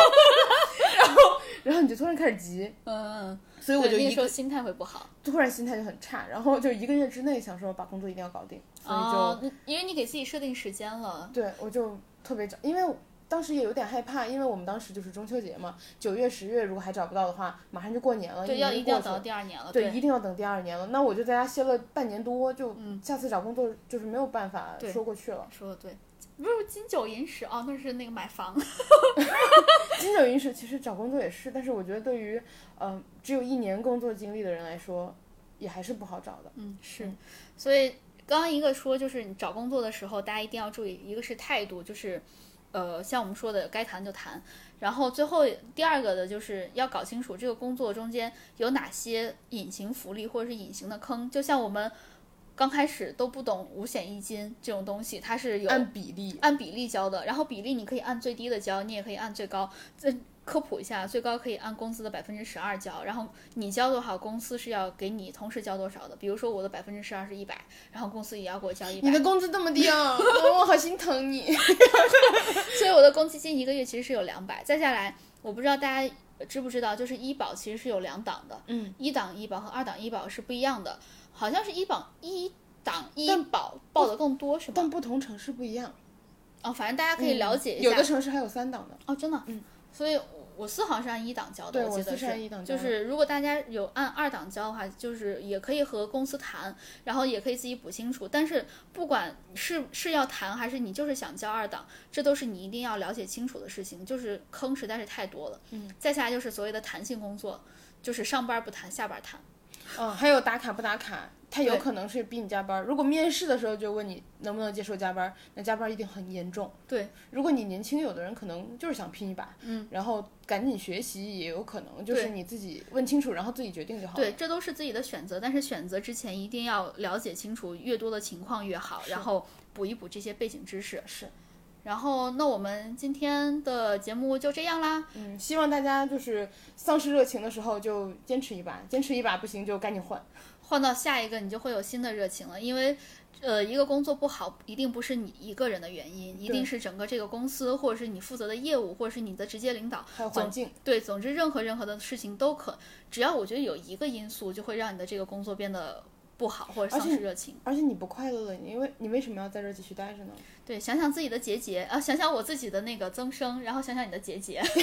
A: 然后然后你就突然开始急，
B: 嗯，
A: 所以我就
B: 对那
A: 一
B: 个时
A: 个
B: 候心态会不好。
A: 突然心态就很差，然后就一个月之内想说把工作一定要搞定，所以就。
B: 哦，你因为你给自己设定时间了。
A: 对，我就特别找，因为当时也有点害怕，因为我们当时就是中秋节嘛，九月、十月如果还找不到的话，马上就过年了，
B: 对，
A: 一年
B: 要
A: 就
B: 一定要
A: 过去
B: 等到
A: 了。
B: 第二年了。
A: 对，一定要等第二年了。那我就在家歇了半年多，就下次找工作就是没有办法
B: 嗯对
A: 说过去了。
B: 说的对，不是金九银十哦，那是那个买房。
A: 嗯金九银十其实找工作也是，但是我觉得对于嗯、呃只有一年工作经历的人来说，也还是不好找的。
B: 嗯，是。所以刚刚一个说就是你找工作的时候，大家一定要注意，一个是态度，就是呃，像我们说的该谈就谈。然后最后第二个的就是要搞清楚这个工作中间有哪些隐形福利或者是隐形的坑，就像我们。刚开始都不懂五险一金这种东西，它是有
A: 按比例，
B: 按比例交的，然后比例你可以按最低的交，你也可以按最高。这科普一下，最高可以按工资的百分之十二交，然后你交多少，公司是要给你同时交多少的。比如说我的百分之十二是一百，然后公司也要给我交一
A: 你
B: 百
A: 的，工资这么
B: <laughs>
A: 低啊，哦我好心疼你。 <laughs>
B: 所以我的公积金一个月其实是有两百。再下来，我不知道大家知不知道，就是医保其实是有两档的，
A: 嗯，
B: 一档医保和二档医保是不一样的，好像是一档一档医
A: 但
B: 保报的更多是吗？
A: 但不同城市不一样，
B: 哦，反正大家可以了解一下。
A: 有的城市还有三档呢。
B: 哦，真的，
A: 嗯，
B: 所以我我私行是按一档交的，
A: 对
B: 我记
A: 我
B: 得
A: 私是按一档交
B: 就
A: 的
B: 是如果大家有按二档交的话，就是也可以和公司谈，然后也可以自己补清楚。但是不管是是要谈还是你就是想交二档，这都是你一定要了解清楚的事情，就是坑实在是太多了。嗯，再下来就是所谓的弹性工作，就是上班不谈，下班谈。
A: 嗯，还有打卡不打卡，他有
B: 对
A: 可能是逼你加班儿。如果面试的时候就问你能不能接受加班儿，那加班儿一定很严重。
B: 对，
A: 如果你年轻，有的人可能就是想拼一把，嗯，然后赶紧学习也有可能，就是
B: 对
A: 你自己问清楚，然后自己决定就好了。
B: 对，这都是自己的选择，但是选择之前一定要了解清楚，越多的情况越好，然后补一补这些背景知识。
A: 是，
B: 然后，那我们今天的节目就这样啦。
A: 嗯，希望大家就是丧失热情的时候就坚持一把，坚持一把不行就赶紧换。
B: 换到下一个，你就会有新的热情了，因为。呃，一个工作不好，一定不是你一个人的原因，一定是整个这个公司，或者是你负责的业务，或者是你的直接领导，
A: 还有环境，
B: 对，总之任何任何的事情都可，只要我觉得有一个因素，就会让你的这个工作变得不好，或者丧失热情。
A: 而且你不快乐了，因为你为什么要在这儿继续待着呢？
B: 对，想想自己的结节啊，想想我自己的那个增生，然后想想你的结节。 <laughs>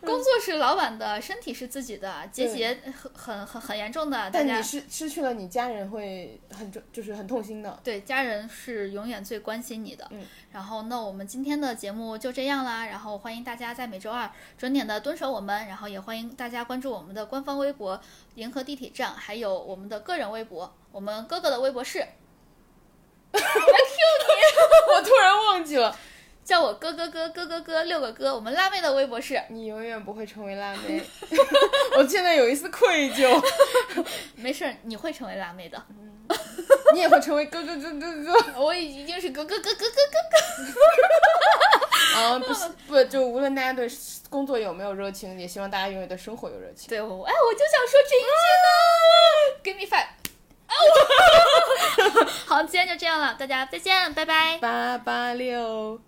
B: 工作是老板的，身体是自己的，结节很很很很严重的。大
A: 但
B: 家
A: 你失失去了你家人会很重，就是很痛心的。
B: 对家人是永远最关心你的。
A: 嗯，
B: 然后那我们今天的节目就这样啦，然后欢迎大家在每周二准点的蹲守我们，然后也欢迎大家关注我们的官方微博“银河地铁站”，还有我们的个人微博，我们哥哥的微博是
A: <laughs> 我突然忘记了，
B: 叫我哥哥哥哥哥哥六个哥，我们辣妹的微博是
A: 你永远不会成为辣 <laughs> 妹。我现在有一丝愧疚，
B: 没事儿，你会成为辣妹的，
A: <laughs> 你也会成为咯咯咯咯咯。
B: 我已经是哥哥哥哥哥哥，
A: 啊，不是不，就无论大家对工作有没有热情，也希望大家永远对生活有热情。
B: 对我哎，我就想说这一句呢，give me five。啊，我好，今天就这样了，大家再见，拜拜。
A: 八八六。